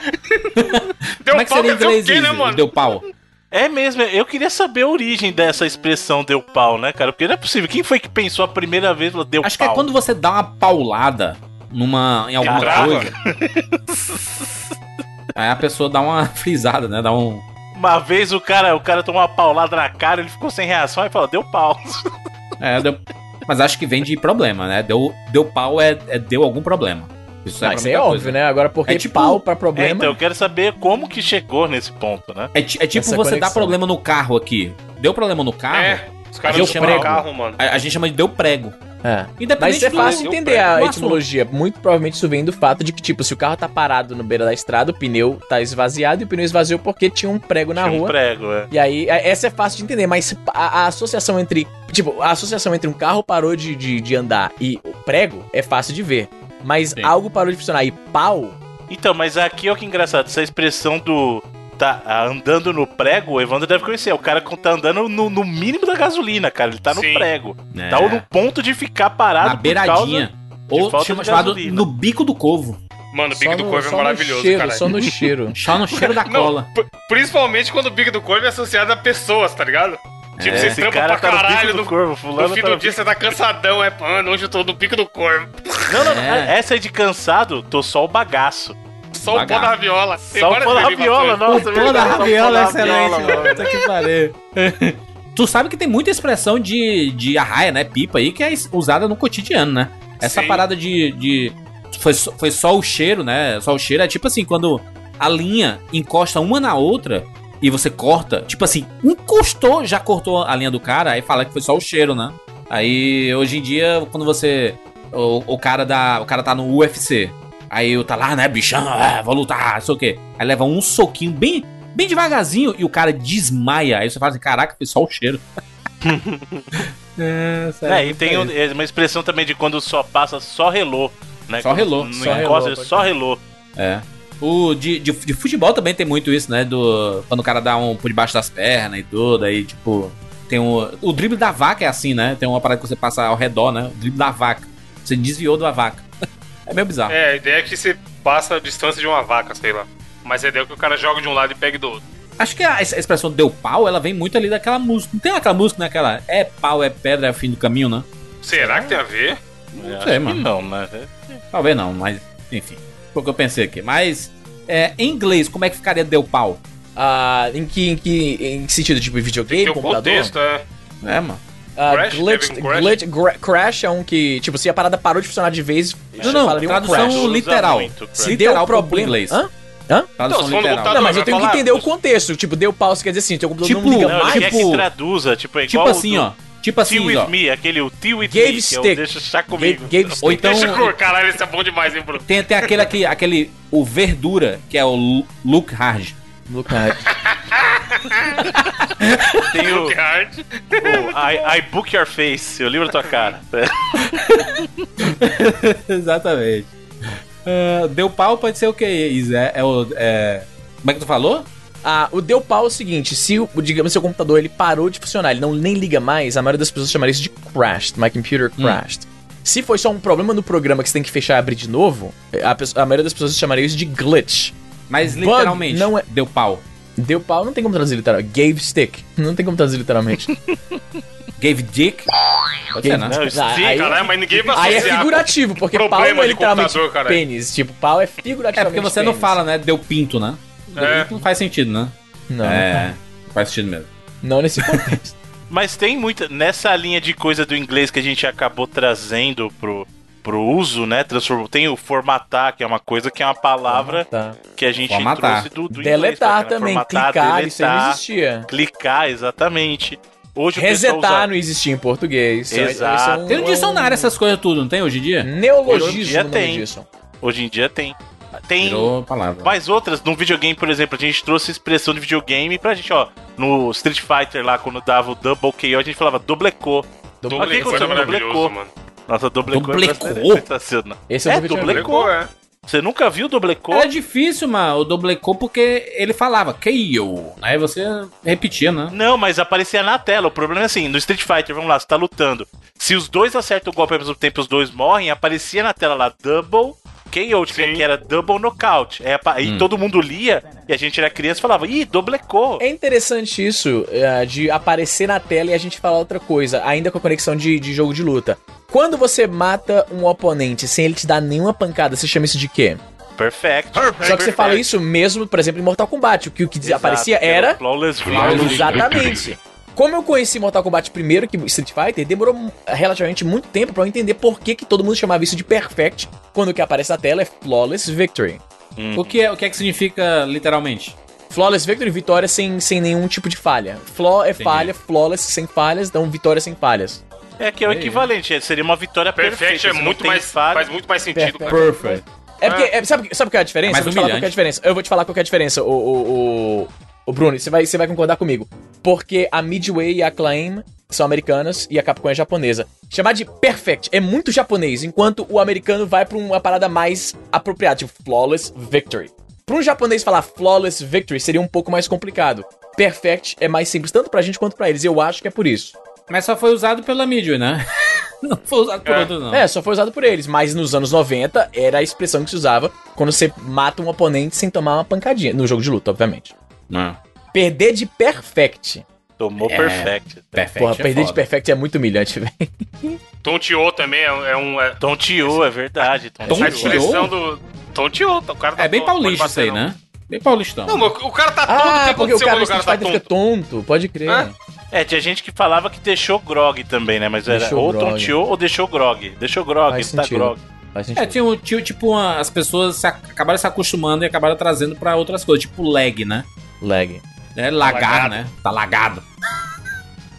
Deu né,
Como é que seria em
quer dizer
inglês isso? Deu pau.
É mesmo, eu queria saber a origem dessa expressão deu pau, né, cara? Porque não é possível. Quem foi que pensou a primeira vez e falou, deu
Acho que
pau?
é quando você dá uma paulada numa, em alguma
Trava.
coisa. Aí a pessoa dá uma frisada, né? Dá um.
Uma vez o cara, o cara tomou uma paulada na cara, ele ficou sem reação e falou, deu pau.
É, deu. Mas acho que vem de problema, né? Deu, deu pau é, é deu algum problema. Isso
Ah,
pra
isso aí é
muita
óbvio,
coisa.
né? Agora, porque
É tipo-
pau pra
É,
problema.
então, eu quero saber como que chegou nesse ponto, né?
É, ti- é tipo
Essa
você dar
conexão.
problema no carro aqui. Deu problema no carro,
É, os caras
Eu
não
chamo
compram
algo.
carro, mano.
a, a gente chama de deu prego.
É. Mas
Independente
isso é
do-
fácil
do
entender a
assunto.
etimologia. Muito provavelmente isso vem do fato de que, tipo, se o carro tá parado no beira da estrada, o pneu tá esvaziado e o pneu esvaziou porque tinha um prego na
Tinha um
rua.
prego, é.
E aí, a- essa é fácil de entender, mas a, a associação entre. Tipo, a associação entre um carro parou de, de, de andar e o prego é fácil de ver. Mas
Sim.
algo parou de funcionar e pau.
Então, mas aqui é o que é engraçado, essa expressão do tá ah, andando no prego, o Evandro deve conhecer. É O cara que tá andando no, no mínimo da gasolina, cara. Ele tá no
Sim.
prego.
É,
Tá ou no ponto de ficar parado
na
por
beiradinha. Ou
falta
chama,
de
chamado
gasolina.
no bico do covo.
Mano, o Big
Só
do
no-
Corvo é
só no
maravilhoso,
cheiro,
cara.
Só no cheiro.
Só no cheiro da
Não,
cola.
p- Principalmente quando o Big do Corvo é associado a pessoas, tá ligado? Tipo,
É.
você
Esse
trampa
cara
pra
tá no bico
caralho
do
no,
corvo, fulano
no fim
tá
do
no
dia, você tá cansadão, é mano, hoje eu tô no Big do Corvo.
Não, não, não.
É.
Essa é de cansado, tô só o bagaço.
Só o pó
Bagaço.
da viola. Tem
só o
várias
pó da
derivações.
viola, nossa.
O pó da rabiola é excelente.
mano.
Puta que pariu. tu sabe que tem muita expressão de, de arraia, né? Pipa aí, que é es- usada no cotidiano, né? Essa
Sim.
parada de. de foi, só- foi só o cheiro, né? Só o cheiro é tipo assim, quando a linha encosta uma na outra e você corta, tipo assim, encostou, já cortou a linha do cara, aí fala que foi só o cheiro, né? Aí hoje em dia, quando você. O, o cara da. O cara tá no UFC. Aí eu tá lá, né, bichão, ah, vou lutar, não sei o quê. Aí leva um soquinho bem, bem devagarzinho e o cara desmaia. Aí você fala assim, caraca, foi só o cheiro. é, sério,
É, e tem um- é, uma expressão também de quando só passa só relô. Né?
Só relô,
Não
só
encosta,
relô,
ele
pode
só relô.
É. O de, de, de futebol também tem muito isso, né? Do, quando o cara dá um por debaixo das pernas e tudo, aí tipo. Tem um, o drible da vaca é assim, né? Tem uma parada que você passa ao redor, né? O drible da vaca. Você desviou da vaca. É meio bizarro.
É, a ideia é que você passa a distância de uma vaca, sei lá. Mas a ideia é que o cara joga de um lado e pega do outro.
Acho que a, essa expressão deu pau, ela vem muito ali daquela música. Não tem aquela música, né? Aquela é pau, é pedra, é o fim do caminho, né?
Será que tem a ver?
Eu
sei,
acho que
mano.
Não, né?
Talvez não, mas enfim. Foi o que eu pensei aqui. Mas, é, em inglês, como é que ficaria deu pau?
Ah, em que, em que em que sentido? Tipo, videogame,
Tem o
computador?
contexto, é.
É, mano.
Ah,
Crash?
glitch,
Teve um crash?
glitch- gra- crash é um que, tipo, se a parada parou de funcionar de vez,
Não, não,
falaria
tradução
um Usa
literal.
muito, cara.
Se
Literal
deu
pro
problema.
inglês.
Hã?
Tradução
Então, se for no
literal.
tá
computador-
Não, mas eu tenho que
Falar-
entender o contexto. Tipo, deu pausa, quer dizer assim, teu computador
Tipo,
não liga
não,
Não,
mais.
ele quer que
tipo-
traduza, tipo, é
Tipo
igual
assim,
do
ó. Tipo assim,
Tea with
ó.
me, aquele o Tea with
Gave
me, que é o
stick.
deixa chá
Gave,
comigo.
gave
Ou então.
Deixa eu caralho, esse é bom demais, hein, Bruno?
Tem, tem aquele aqui, aquele. O verdura, que é o Lu- Luke Hard.
Tem o,
Que arte.
o I, I Book Your Face, eu livro da tua cara.
Exatamente. Ah, deu pau pode ser o que, Isa? É, é o. é- Como é que tu falou?
Ah, o deu pau é o seguinte, se o, digamos, seu computador ele parou de funcionar, ele não nem liga mais, a maioria das pessoas chamaria isso de crashed, my computer
Hum.
crashed. Se foi só um problema no programa que você tem que fechar e abrir de novo, a, pessoa- a maioria das pessoas chamaria isso de glitch.
Mas
Bug
literalmente.
não é-
Deu pau.
Deu pau, não tem como traduzir literalmente. Gave stick. Não tem como traduzir literalmente.
Gave dick. Pode ser,
Gave-
né?
Não,
Ah,
stick,
aí-
Caralho, mas ninguém vai
Aí é
associar.
figurativo, porque
Problema
pau não é
de
literalmente
computador, caralho.
pênis. Tipo, pau é
É
figurativo.
porque você não fala, né? Deu pinto, né? Deu
É.
pinto não faz sentido, né?
Não,
É. Não faz sentido mesmo.
não nesse contexto.
Mas tem muita. Nessa linha de coisa do inglês que a gente acabou trazendo pro, pro uso, né? Transformou. Tem o formatar, que é uma coisa que é uma palavra
Tá.
que a gente
Formatar.
trouxe do, do inglês. pra
Deletar
cá, né?
também,
Formatar,
clicar,
deletar,
isso aí não existia.
Clicar, exatamente. Hoje o pessoal
Resetar né?
usa.
não existia em português.
Exato.
Isso é- isso é um-
Tem no
é um
dicionário assim. essas coisas tudo, não tem hoje em dia?
Hoje em
Neologismo
dia
o nome
tem.
disso.
Hoje em dia tem. Tem.
Virou palavra.
Mais outras, no videogame, por exemplo, a gente trouxe expressão de videogame pra gente, ó. No Street Fighter lá, quando dava o Double KO, a gente falava doblecou. Mas quem
Dublê, coisa
consegue
maravilhoso,
dublecou?
mano.
Nossa, doblecou é
Doblecou?
brasileiro, sensacional.
Esse eu
É,
nunca tinha É
dublê.
ouvido.
Dublecou, é.
Você nunca viu doblecou?
Era difícil, mano, o doblecou porque ele falava KO. Aí você repetia, né?
Não, mas aparecia na tela. O problema é assim, no Street Fighter, vamos lá, você tá lutando. Se os dois acertam o golpe ao mesmo tempo e os dois morrem, aparecia na tela lá Double KO,
Sim.
que que era Double Knockout. É, pa- E
Hum.
todo mundo lia, e a gente era criança e falava, ih, doblecou.
É interessante isso, é, de aparecer na tela e a gente falar outra coisa, ainda com a conexão de, de jogo de luta. Quando você mata um oponente sem ele te dar nenhuma pancada, você chama isso de quê?
Perfect.
Só que você fala isso mesmo, por exemplo, em Mortal Kombat. O que, o que
Exato,
aparecia
que era
era.
o Flawless Victory.
Exatamente. Como eu conheci Mortal Kombat primeiro que Street Fighter, demorou mu- relativamente muito tempo pra eu entender por que, que todo mundo chamava isso de Perfect, quando o que aparece na tela é Flawless Victory.
Hum.
O que, é, o que é que significa literalmente?
Flawless Victory, vitória sem, sem nenhum tipo de falha. Flaw é falha, flawless sem falhas, então vitória sem falhas.
É que é o
Aí.
equivalente, seria uma vitória
Perfect
perfeita.
é
se não
muito
tem
mais.
falha.
Faz muito mais sentido,
Perfect.
cara.
Perfect.
É porque, é, sabe, sabe qual é a diferença?
É mais
eu vou te falar qual que é a
humilhante.
diferença. Eu vou te falar qual que é a diferença, o, o, o, o Bruno, você vai, você vai concordar comigo. Porque a Midway e a Acclaim são americanas e a Capcom é japonesa. Chamar de Perfect é muito japonês, enquanto o americano vai pra uma parada mais apropriada, tipo Flawless Victory. Pra um japonês falar Flawless Victory seria um pouco mais complicado. Perfect é mais simples, tanto pra gente quanto pra eles, e eu acho que é por isso.
Mas só foi usado pela Midway, né? Não foi usado por
É.
outro, não.
É, só foi usado por eles, mas nos anos 90 era a expressão que se usava quando você mata um oponente sem tomar uma pancadinha. No jogo de luta, obviamente.
Não.
Perder de perfect.
Tomou
É.
perfect.
Perfect.
Porra,
é
perder de
foda.
perfect é muito humilhante, velho.
Tonteou também é, é um. É,
Tonteou, é verdade.
a
Tonteou?
Tonteou.
expressão do. Tonteou, o cara tá
É bem
tonto, não pode
paulista isso
bater,
aí,
não.
né? Bem paulistão.
Não, mas o cara tá tonto, o
Ah,
que
porque o
aconteceu quando
cara do
o cara
Street
tá
Fighter fica
tonto?
tonto, pode crer.
Hã?
É, tinha gente que falava que deixou grog também, né? Mas era
Deixou
ou
grog.
tonteou ou deixou grog. Deixou grog,
Faz
está
sentido.
grog.
Faz sentido.
É, tinha, um- tinha tipo uma- as pessoas se ac- acabaram se acostumando e acabaram trazendo pra outras coisas, tipo lag, né?
Lag.
É lagado,
lagado.
né? Tá lagado.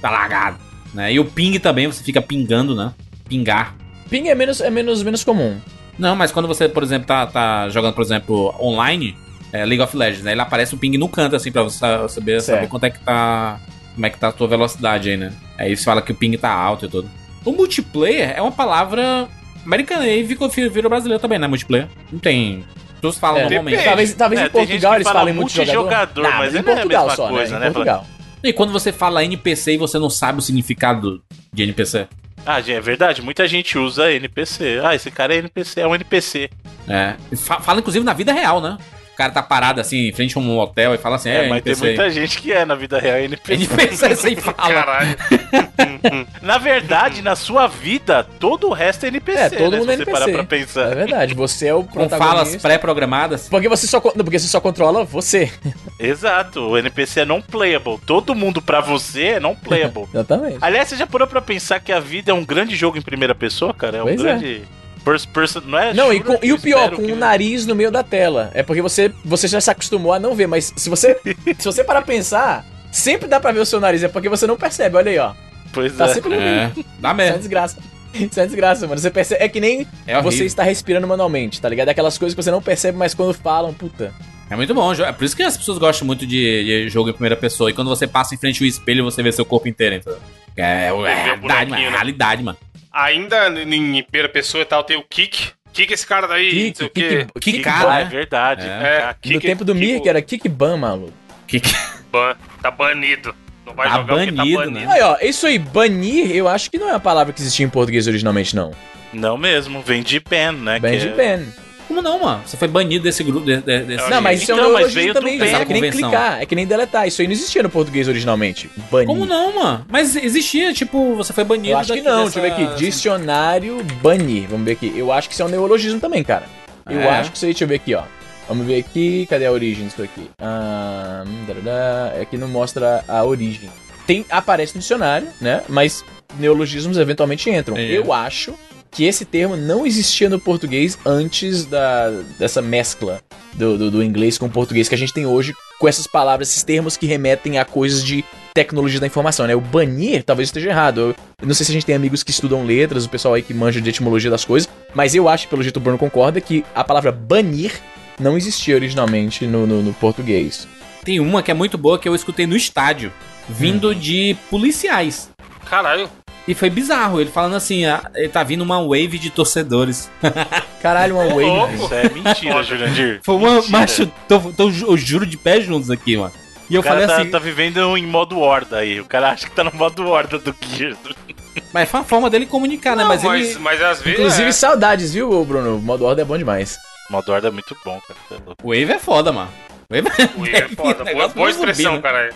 tá lagado. Né? E o ping também, você fica pingando, né? Pingar.
Ping é menos, é menos, menos comum.
Não, mas quando você, por exemplo, tá, tá jogando, por exemplo, online, é, League of Legends, né? Ele aparece um ping no canto, assim, pra você sa- saber, saber
Certo.
quanto é que tá. Como é que tá a tua velocidade aí, né? Aí você fala que o ping tá alto e tudo. O multiplayer é uma palavra americana e ficou, virou brasileiro também, né? Multiplayer. Não tem. Todos falam
É.
normalmente.
Depende.
Talvez, talvez
É,
em
tem gente
Portugal
que
eles
fala
falem muito jogador.
multijogador, mas não
em
é a
Portugal
mesma
só,
coisa,
né?
né?
Em Portugal.
E quando você fala NPC e você não sabe o significado de NPC?
Ah, gente, é verdade. Muita gente usa NPC. Ah, esse cara é NPC, é um NPC.
É. Fa- Fala, inclusive, na vida real, né? O cara tá parado assim, em frente a um hotel e fala assim,
É,
é,
mas
NPC.
tem muita gente que é na vida real NPC.
NPC sem fala.
Caralho.
Na verdade, na sua vida, todo o resto é NPC.
É, todo
né?
mundo
se
é
você
NPC.
parar pra
É
pensar.
verdade, você é o
Com
protagonista.
falas pré-programadas.
Porque você só, con- não, porque você só controla você.
Exato, o NPC é non-playable. Todo mundo pra você é non-playable.
Exatamente.
Aliás, você já parou pra pensar que a vida é um grande jogo em primeira pessoa, cara? É um
Pois é.
grande. First person, não é?
Não, e,
shooter?
com- e
Eu
o pior,
espero
com
que-
o nariz no meio da tela. É porque você, você já se acostumou a não ver, mas se você, se você parar pra pensar, sempre dá pra ver o seu nariz, é porque você não percebe, olha aí, ó.
Pois
Tá
é.
sempre no meio.
É, dá
Isso é uma
mesmo.
desgraça. Isso é uma desgraça, mano. Você percebe, é que nem
É horrível.
você está respirando manualmente, tá ligado? É Aquelas coisas que você não percebe, mas quando falam, puta.
É muito bom. jo- É por isso que as pessoas gostam muito de, de jogo em primeira pessoa. E quando você passa em frente ao espelho, você vê seu corpo inteiro, entendeu? É, é, realidade, mano.
buraquinho,
É
um né?
realidade, mano.
Ainda em em primeira pessoa e tal, tem o Kick. Kick esse cara daí, não sei o quê.
Que
Que
cara,
cara, é
né?
verdade.
É.
Ah, que-
no tempo do Mir, que era Kickban, maluco.
Que, que-
tipo Ban- Tá banido. Não vai
Tá
jogar o que tá
banido,
banido.
né?
Aí, ó, isso aí, banir, eu acho que não é uma palavra que existia em português originalmente, não.
É. Não mesmo, vem de pen, né?
Ban
que
de
é-
ban.
Como não, mano? Você foi banido desse grupo. de- de- desse...
Não, mas
gente.
isso é um
Então, mas
neologismo
veio
também,
do
gente. É
bem.
que nem
Convenção.
clicar, é que nem deletar. Isso aí não existia no português originalmente.
é um
Banir.
Como não, mano? Mas existia, tipo, você foi banido.
Eu acho que
daqui
não.
dessa- assim.
Deixa eu ver aqui. Dicionário banir. Vamos ver aqui. Eu acho que isso é um neologismo também, cara. Eu
É.
acho que isso aí, deixa eu ver aqui, ó. Vamos ver aqui. Cadê a origem disso aqui? Ah, hum, darará. é que não mostra a origem. Tem, aparece no dicionário, né? Mas neologismos eventualmente entram.
É.
Eu acho que esse termo não existia no português antes da, dessa mescla do, do, do inglês com o português que a gente tem hoje com essas palavras, esses termos que remetem a coisas de tecnologia da informação, né? O banir talvez esteja errado. Eu não sei se a gente tem amigos que estudam letras, o pessoal aí que manja de etimologia das coisas, mas eu acho, pelo jeito o Bruno concorda, que a palavra banir não existia originalmente no, no, no português.
Tem uma que é muito boa que eu escutei no estádio, vindo
Hum.
de policiais.
Caralho.
E foi bizarro, ele falando assim, ah, ele tá vindo uma wave de torcedores.
Caralho, uma wave.
louco.
Isso é mentira, Jurandir.
Foi uma,
Mentira.
macho, tô, tô- eu juro de pé juntos aqui, mano. E eu
O cara
falei
tá,
assim,
tá vivendo em modo horda aí. O cara acha que tá no modo horda do Gears.
mas foi uma forma dele comunicar, né?
Não,
Mas,
mas, mas,
ele...
às vezes.
Inclusive,
é.
saudades, viu, ô, Bruno? O modo ordem é bom demais.
Modo horda é muito bom, cara. Tá louco.
Wave é foda, mano. Wave...
Ui, é foda. Boa,
Negócio
boa
do zumbi,
expressão,
né?
caralho.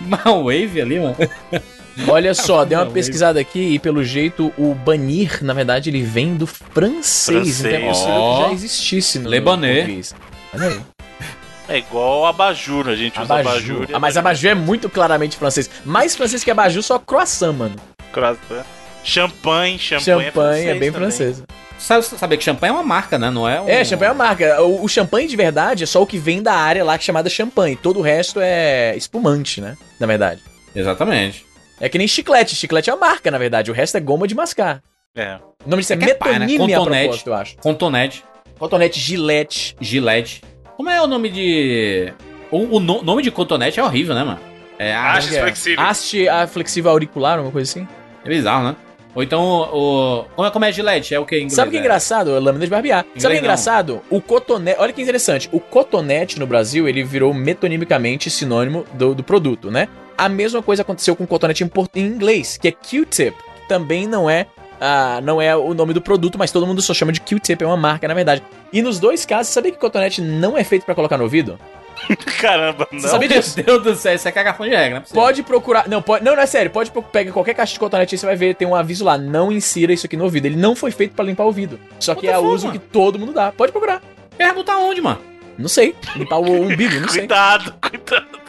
Uma wave ali, mano.
Olha só, dei uma
Não,
pesquisada aqui e pelo jeito o banir, na verdade, ele vem do francês. Então é
Francês.
possível
Ó.
que já existisse no
Lebanês.
português. Olha aí.
É igual abajur, né? a gente usa abajur.
Abajur. Ah, mas abajur é muito claramente francês. Mais francês que abajur, só croissant, mano.
Croissant. é. Champanhe, champanhe,
Champanhe é
também.
bem francês.
Sabe, sabe que champanhe é uma marca, né? Não é um...
É, champanhe é uma marca. O, o champanhe de verdade é só o que vem da área lá chamada champanhe. Todo o resto é espumante, né? Na verdade.
Exatamente.
É que nem chiclete. Chiclete é uma marca, na verdade. O resto é goma de mascar.
É.
O nome disso é,
É que é pá, né?
metonímia a
Cotonete.
propósito, eu acho.
Contonete,
Cotonete, gilete.
gilete. Como é o nome de... O, o no- nome de cotonete é horrível, né, mano? É, ah,
Haste flexível.
Haste ah, flexível auricular, alguma coisa assim.
é bizarro, né? Ou então o... o- Como é, como é gilete? É o que em inglês?
Sabe o que é engraçado? Lâmina de barbear.
Inglês
Sabe o que é
não.
engraçado? O cotonete. Olha que interessante. O cotonete no Brasil, ele virou metonimicamente sinônimo do, do produto, né? A mesma coisa aconteceu com o cotonete em, por- em inglês, que é Q-tip. que Também não é. ah, não é o nome do produto, mas todo mundo só chama de Q-tip, é uma marca, na verdade. E nos dois casos, sabia que cotonete não é feito pra colocar no ouvido?
Caramba, não.
Você sabia
É. Meu
disso?
Deus do céu, isso é cagação de regra, né?
Pode procurar. Não, pode, não, não é sério. Pode pro- pega qualquer caixa de cotonete aí, você vai ver, tem um aviso lá. Não insira isso aqui no ouvido. Ele não foi feito pra limpar o ouvido. Só que
What
é
the
o
fuck,
uso que
mano?
todo mundo dá. Pode procurar.
Perguntar onde, mano?
Não sei. Limpar o umbigo, não sei.
Cuidado, cuidado.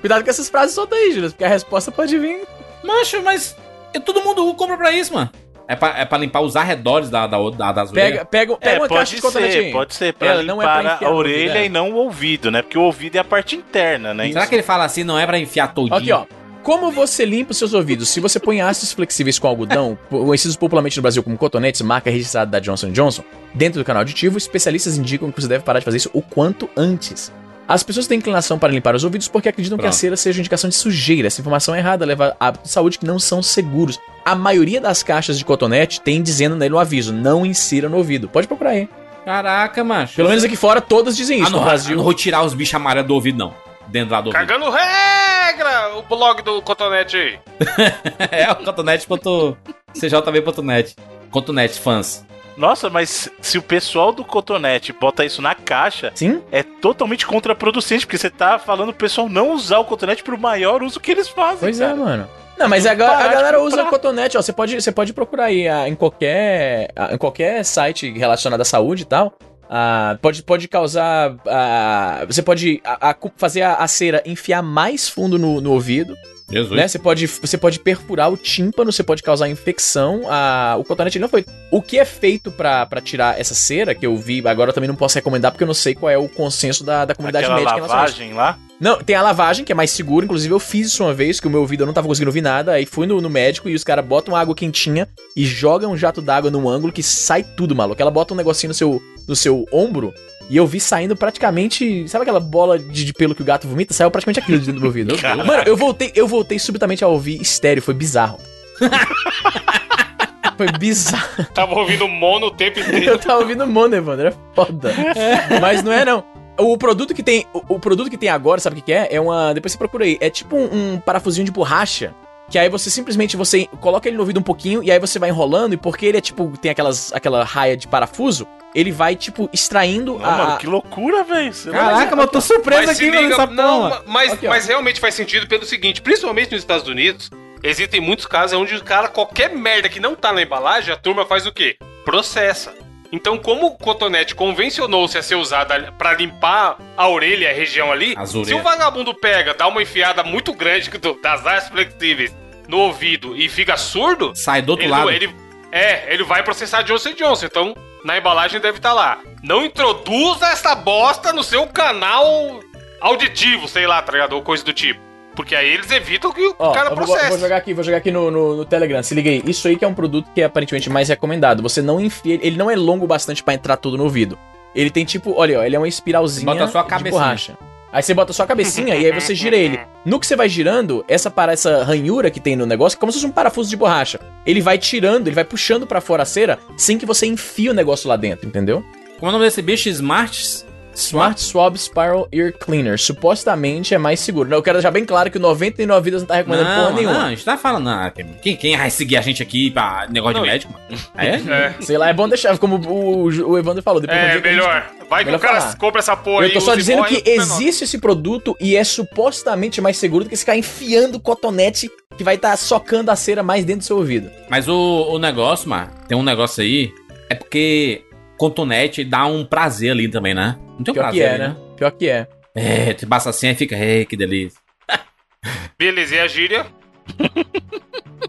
Cuidado com essas frases soltas aí, Julius, porque a resposta pode vir.
Macho, mas e todo mundo compra pra isso, mano. É pra, é pra limpar os arredores da, da, da, das orelhas?
Pega, pega, pega
É,
uma caixa
pode
de cotonete
ser,
aí.
pode ser. Pra
É, não é pra
limpar
enfiar
a
no ouvido,
orelha
é.
e não o ouvido, né? Porque o ouvido é a parte interna, né?
Será
Isso.
que ele fala assim, não é pra enfiar todinho?
Aqui, ó. Como você limpa os seus ouvidos? Se você põe ácidos flexíveis com algodão, conhecidos popularmente no Brasil como cotonetes, marca registrada da Johnson Johnson, dentro do canal auditivo, especialistas indicam que você deve parar de fazer isso o quanto antes. As pessoas têm inclinação para limpar os ouvidos porque acreditam que a
Pronto.
cera seja indicação de sujeira. Essa informação é errada leva a hábitos de saúde que não são seguros. A maioria das caixas de cotonete tem dizendo nele um aviso: não insira no ouvido. Pode procurar aí.
Caraca, macho.
Pelo menos aqui fora todas dizem
ah,
isso.
não,
No
Brasil. não
Brasil.
vou tirar os bichos amarelos do ouvido, não. Dentro lá do ouvido.
Cagando regra! O blog do Cotonete aí.
é o cotonete.cjv.net. Cotonete, fãs.
Nossa, mas se o pessoal do cotonete bota isso na caixa,
Sim?
é totalmente contraproducente, porque você tá falando o pessoal não usar o cotonete pro maior uso que eles fazem.
Pois é,
cara.
mano. Não, mas a, ga- a
Parar de
galera usa
comprar.
cotonete, ó. Você pode, você pode procurar aí ah, em, qualquer, ah, em qualquer site relacionado à saúde e tal. Ah, pode, pode causar. ah, você pode ah, ah, cu- fazer a, a cera enfiar mais fundo no, no ouvido,
Jesus.
né? Você pode, você pode perfurar o tímpano, você pode causar infecção. Ah, o cotonete ele não foi. O que é feito pra pra tirar essa cera, que eu vi, agora eu também não posso recomendar porque eu não sei qual é o consenso da, da comunidade
Aquela
médica é em relação a isso.
lavagem lá.
Não, tem a lavagem, que é mais segura. Inclusive, eu fiz isso uma vez, que o meu ouvido eu não tava conseguindo ouvir nada. Aí fui no, no médico e os caras botam água quentinha e jogam um jato d'água num ângulo que sai tudo, maluco. Ela bota um negocinho no seu, no seu ombro e eu vi saindo praticamente. Sabe aquela bola de, de pelo que o gato vomita? Saiu praticamente aquilo de dentro do meu ouvido.
Caraca.
Mano, eu voltei, eu voltei subitamente a ouvir estéreo, foi bizarro. foi bizarro.
Tava ouvindo mono o tempo inteiro.
Eu tava ouvindo mono, Evandro, é foda. Mas não é não. O produto que tem, o, o produto que tem agora, sabe o que, que é? É uma, depois você procura aí, é tipo um, um parafusinho de borracha. Que aí você simplesmente você coloca ele no ouvido um pouquinho e aí você vai enrolando e porque ele é tipo tem aquelas aquela raia de parafuso, ele vai tipo extraindo
Não,
a
mano, que loucura, velho. Você não-
Caraca, mas eu tô surpreso
Mas se
aqui, mano,
liga,
nessa
não,
porra.
mas,
Aqui, ó.
mas realmente faz sentido pelo seguinte, principalmente nos Estados Unidos, existem muitos casos onde o cara, qualquer merda que não tá na embalagem, a turma faz o quê? Processa. Então, como o cotonete convencionou-se a ser usado ali- pra limpar a orelha, a região ali,
As
se o
orelhas.
vagabundo pega, dá uma enfiada muito grande do- das áreas flexíveis no ouvido e fica surdo,
Sai do outro
ele,
lado.
ele- é, ele vai processar Johnson Johnson, então na embalagem deve estar lá. Não introduza essa bosta no seu canal auditivo, sei lá, tá ligado? Ou coisa do tipo. Porque aí eles evitam que o
Ó,
cara
eu vou, vou
processe.
jogar aqui, vou jogar aqui no, no, no Telegram. Se liga aí. Isso aí que é um produto que é aparentemente mais recomendado. Você não enfia. Ele não é longo bastante pra entrar tudo no ouvido. Ele tem tipo, olha, ó, ele é uma espiralzinha
Bota só a
de
cabecinha.
borracha. Aí você bota só a cabecinha e aí você gira ele. No que você vai girando, essa para essa ranhura que tem no negócio, que é como se fosse um parafuso de borracha. Ele vai tirando, ele vai puxando pra fora a cera sem que você enfie o negócio lá dentro, entendeu?
Como é o nome desse bicho? Smarts?
Smart Swab Spiral Ear Cleaner. Supostamente é mais seguro. Não, eu quero deixar bem claro que o 99 vidas não tá recomendando porra
Não,
nenhuma.
não, a gente tá falando. Não, quem, quem vai seguir a gente aqui pra negócio
Não,
de
e-
médico, mano? É?
É,
Sei lá, é bom deixar, como o, o Evandro falou. Depois
é
não diga que a gente- tá.
melhor. Vai que
melhor
o cara
falar.
compra essa porra
Eu tô só
usa e
dizendo
morre,
que
é menor.
existe esse produto e é supostamente mais seguro do que ficar enfiando cotonete que vai estar socando a cera mais dentro do seu ouvido.
Mas o, o negócio, mano, tem um negócio aí. É porque cotonete dá um prazer ali também, né? Não tem um
Pior que
prazer
é,
ali,
né? pior que é.
É, tu passa assim e fica, ei, que delícia.
Beleza, e a gíria?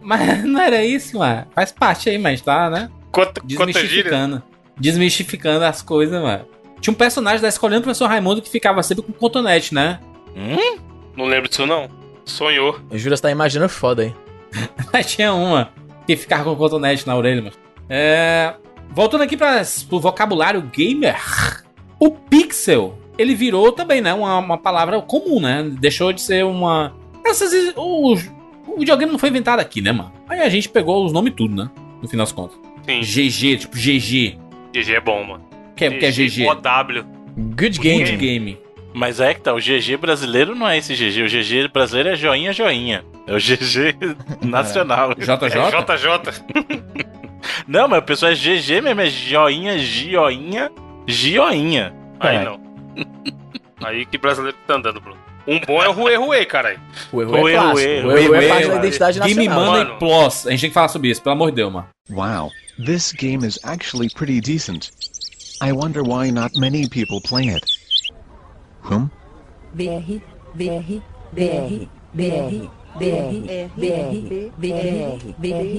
Mas não era isso, mano. Faz parte aí, mas tá, né?
Quanto, quantas gírias?
Desmistificando. Desmistificando as coisas, mano. Tinha um personagem da escolhendo o professor Raimundo que ficava sempre com cotonete, né?
Hum?
Não lembro disso, não. Sonhou.
O Júlia tá imaginando foda aí.
Mas tinha uma que ficava com cotonete na orelha, mano. É... Voltando aqui para o vocabulário gamer. O pixel, ele virou também, né? Uma, uma palavra comum, né? Deixou de ser uma. Essas, o, o videogame não foi inventado aqui, né, mano? Aí a gente pegou os nomes tudo, né? No final das contas.
Sim.
GG, tipo GG.
GG é bom, mano.
O que é, o que é GG?
OW.
Good
Good
game.
game.
Mas aí é que tá, o GG brasileiro não é esse GG. O GG brasileiro é joinha, joinha. É o GG nacional.
JJ?
É JJ.
Não, mas o pessoal é GG mesmo, é joinha, gioinha, gioinha.
É.
Aí não. Aí que brasileiro tá andando, Bruno. Um bom é o Rue Rue, caralho.
O erro
Ué,
é clássico.
ué,
O erro
ué,
é parte
ué.
da identidade
Game
nacional.
Money
mano.
Plus. A gente tem que falar sobre isso, pelo amor de Deus, mano.
Wow, this game is actually pretty decent. I wonder why not many people play it. Hmm?
BR, BR, BR, BR. BR, BR, BR, BR,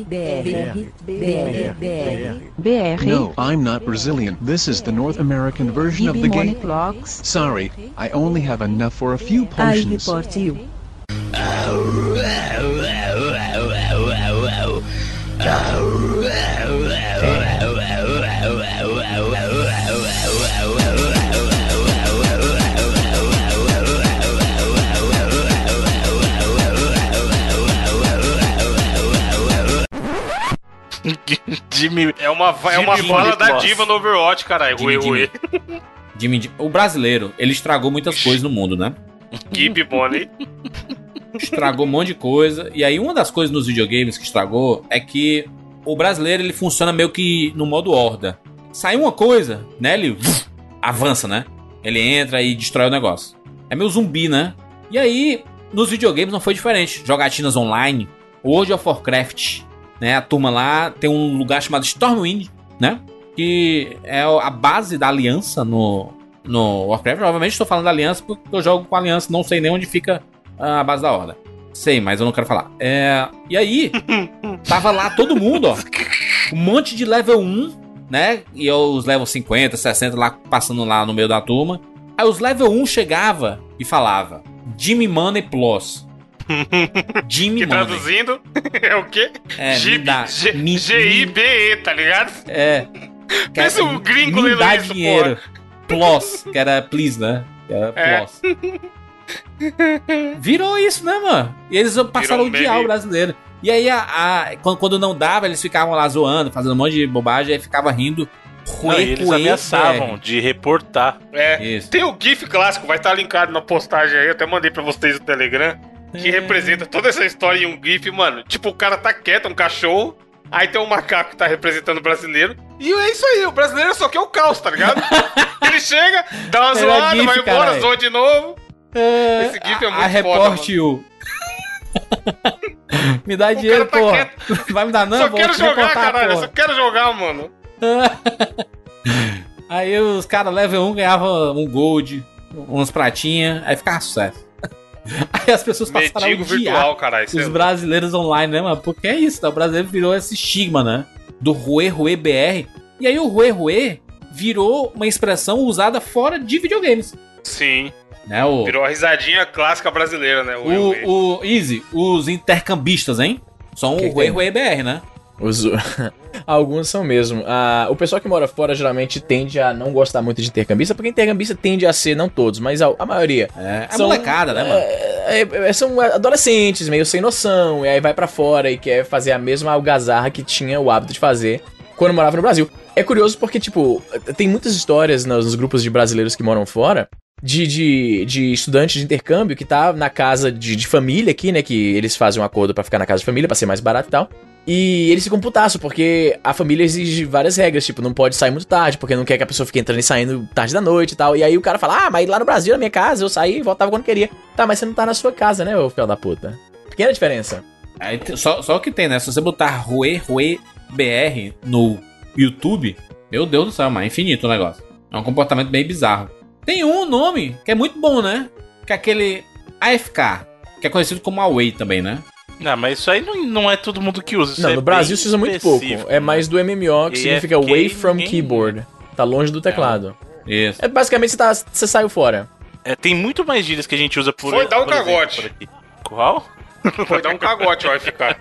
BR, BR, BR,
BR,
No, I'm not Brazilian. This is the North American version of
Gibi
the
Money
game.
Clocks,
Sorry, I only have enough for a few
I
potions.
report you.
Jimmy.
É uma, va- é uma
Jimmy
bala da
Boss.
diva no Overwatch, caralho. Rue
Jimmy,
Rue.
Jimmy, Jim- o brasileiro, ele estragou muitas coisas no mundo, né?
Gib Bonnie.
Estragou um monte de coisa. E aí, uma das coisas nos videogames que estragou é que o brasileiro ele funciona meio que no modo horda. Sai uma coisa, né? Ele avança, né? Ele entra e destrói o negócio. É meio zumbi, né? E aí, nos videogames não foi diferente. Jogatinas online, World of Warcraft, né? A turma lá tem um lugar chamado Stormwind, né? Que é a base da aliança no, no Warcraft. Obviamente estou falando da aliança porque eu jogo com a aliança, não sei nem onde fica ah, a base da horda. Sei, mas eu não quero falar. É, e aí, tava lá todo mundo, ó. Um monte de level 1, né? E os level 50, 60 lá passando lá no meio da turma. Aí os level 1 chegava e falava: Jimmy Money Plus. Jimmy
Que
Money.
traduzindo é o quê?
É, me
Gib.
dá.
G-
me- me-
G-I-B-E, tá ligado?
É.
Pensa um gringo
me
lendo
dá
isso,
dinheiro. Plus, que era please, né? Que era
É.
plus. Virou isso, né, mano? E eles passaram
Virou
a odiar
meme.
o brasileiro. E aí, a, a- quando, quando não dava, eles ficavam lá zoando, fazendo um monte de bobagem, aí ficava rindo.
Não, e eles
Ruê, ruê,
ameaçavam de reportar.
É.
BR. Isso.
Tem o GIF clássico, vai estar linkado na postagem aí, eu até mandei pra vocês no Telegram, que
É.
representa toda essa história em um GIF, mano. Tipo, o cara tá quieto, um cachorro, aí tem um macaco que tá representando o brasileiro, e é isso aí, o brasileiro só quer o caos, tá ligado? Ele chega, dá uma
Melhor
zoada,
GIF,
vai embora,
caralho.
zoa de novo.
É,
Esse GIF é
a-
muito
A
foda,
reporte o. Me dá dinheiro,
cara tá
porra. Vai me dar não,
só
vou
quero
te
jogar,
reportar,
caralho, eu
porra.
só quero jogar, mano.
Aí os caras level 1 ganhavam um gold, umas pratinhas, aí ficava sucesso. Aí as pessoas passaram
Mendigo
a odiar
virtual, caralho. é
os brasileiros online, né, mano? Porque é isso, tá? o brasileiro virou esse estigma, né? Do Rue Rue BR. E aí o Rue Rue virou uma expressão usada fora de videogames,
Sim,
né? O,
virou a risadinha clássica brasileira, né? O, o,
o, o Easy, os intercambistas, hein? São
Que
o
que
Rue
tem?
Rue BR, né?
Os- Alguns são mesmo. Ah, o pessoal que mora fora geralmente tende a não gostar muito de intercambista, porque intercambista tende a ser, não todos, mas a, a maioria.
É, a
São-
molecada, né, mano?
É, é, é, são adolescentes, meio sem noção, e aí vai pra fora e quer fazer a mesma algazarra que tinha o hábito de fazer quando morava no Brasil. É curioso porque, tipo, tem muitas histórias nos nos grupos de brasileiros que moram fora de, de, de estudante de intercâmbio que tá na casa de, de família aqui, né? Que eles fazem um acordo pra ficar na casa de família, pra ser mais barato e tal. E eles ficam putaço, porque a família exige várias regras, tipo, não pode sair muito tarde, porque não quer que a pessoa fique entrando e saindo tarde da noite e tal. E aí o cara fala, ah, mas lá no Brasil, na minha casa, eu saí e voltava quando queria. Tá, mas você não tá na sua casa, né, ô filho da puta? Pequena diferença.
Aí te- só, só o que tem, né? Se você botar Rue Rue BR no YouTube, meu Deus do céu, mas é infinito o negócio. É um comportamento bem bizarro. Tem um nome que é muito bom, né? Que é aquele AFK, que é conhecido como Away também, né?
Não, mas isso aí não, não é todo mundo que usa. Isso
Não,
é
no
bem
Brasil se usa muito pouco.
específico, né?
É mais do MMO, que
E
significa
AFK
Away from
ninguém-
Keyboard. Tá longe do teclado.
Isso.
É basicamente você, tá, você saiu fora.
É, tem muito mais gírias que a gente usa por
Foi dar um
por exemplo,
cagote.
por aqui. Qual?
Foi dar um cagote, vai ficar.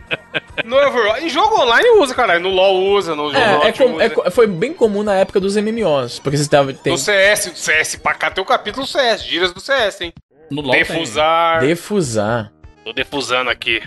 No Overwatch. Em jogo online usa, caralho. No LoL usa, no
É, é
Overwatch
com- é
né?
usa.
co- foi bem comum na época dos MMOs, porque você tava. Tem
No CS, no CS, pra cá tem o capítulo CS, gírias do CS, hein?
No LoL tem.
Defusar.
defusar.
Tô defusando aqui.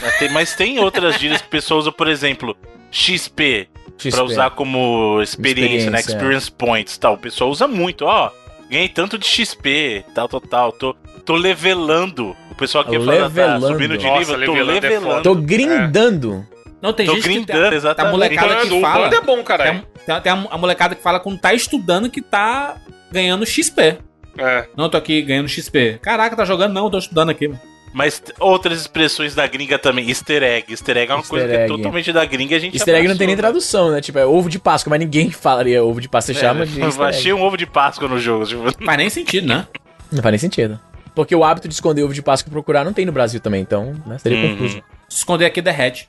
Mas tem, mas tem outras gírias que o pessoal usa, por exemplo, XP,
XP.
pra usar como experiência, né?
é. Experiência, é.
Experience points e tal. O pessoal usa muito, ó. Ganhei tanto de XP, tal, tal, tal. Tô, tô levelando. O pessoal aqui fala, tá
Levelando.
subindo de
Nossa,
nível, tô
levelando é foda.
levelando.
Tô grindando.
Não, tem
Tô
gente que
grindando,
tá, tá
exatamente.
molecada
Mano,
que
o
fala.
bando é bom,
Tem, um,
caralho.
tem- tem a molecada que fala quando tá estudando que tá ganhando XP.
É.
Não, tô aqui ganhando XP. Caraca, tá jogando? Não, tô estudando aqui. mano.
Mas t- outras expressões da gringa também. Easter egg. Easter egg é uma
Easter
coisa que é
egg.
totalmente da gringa e a gente
Easter egg não tem nem
abraçou,
tradução, né? Tipo, é ovo de Páscoa, mas ninguém falaria ovo de Páscoa. Você
né?
chama de.
Eu
easter egg.
achei um ovo de Páscoa no jogo. tipo,
Não faz nem sentido, né?
Não faz nem sentido. Porque o hábito de esconder ovo de Páscoa e procurar não tem no Brasil também, então, né? Seria
Uhum.
confuso.
Se esconder aqui derrete.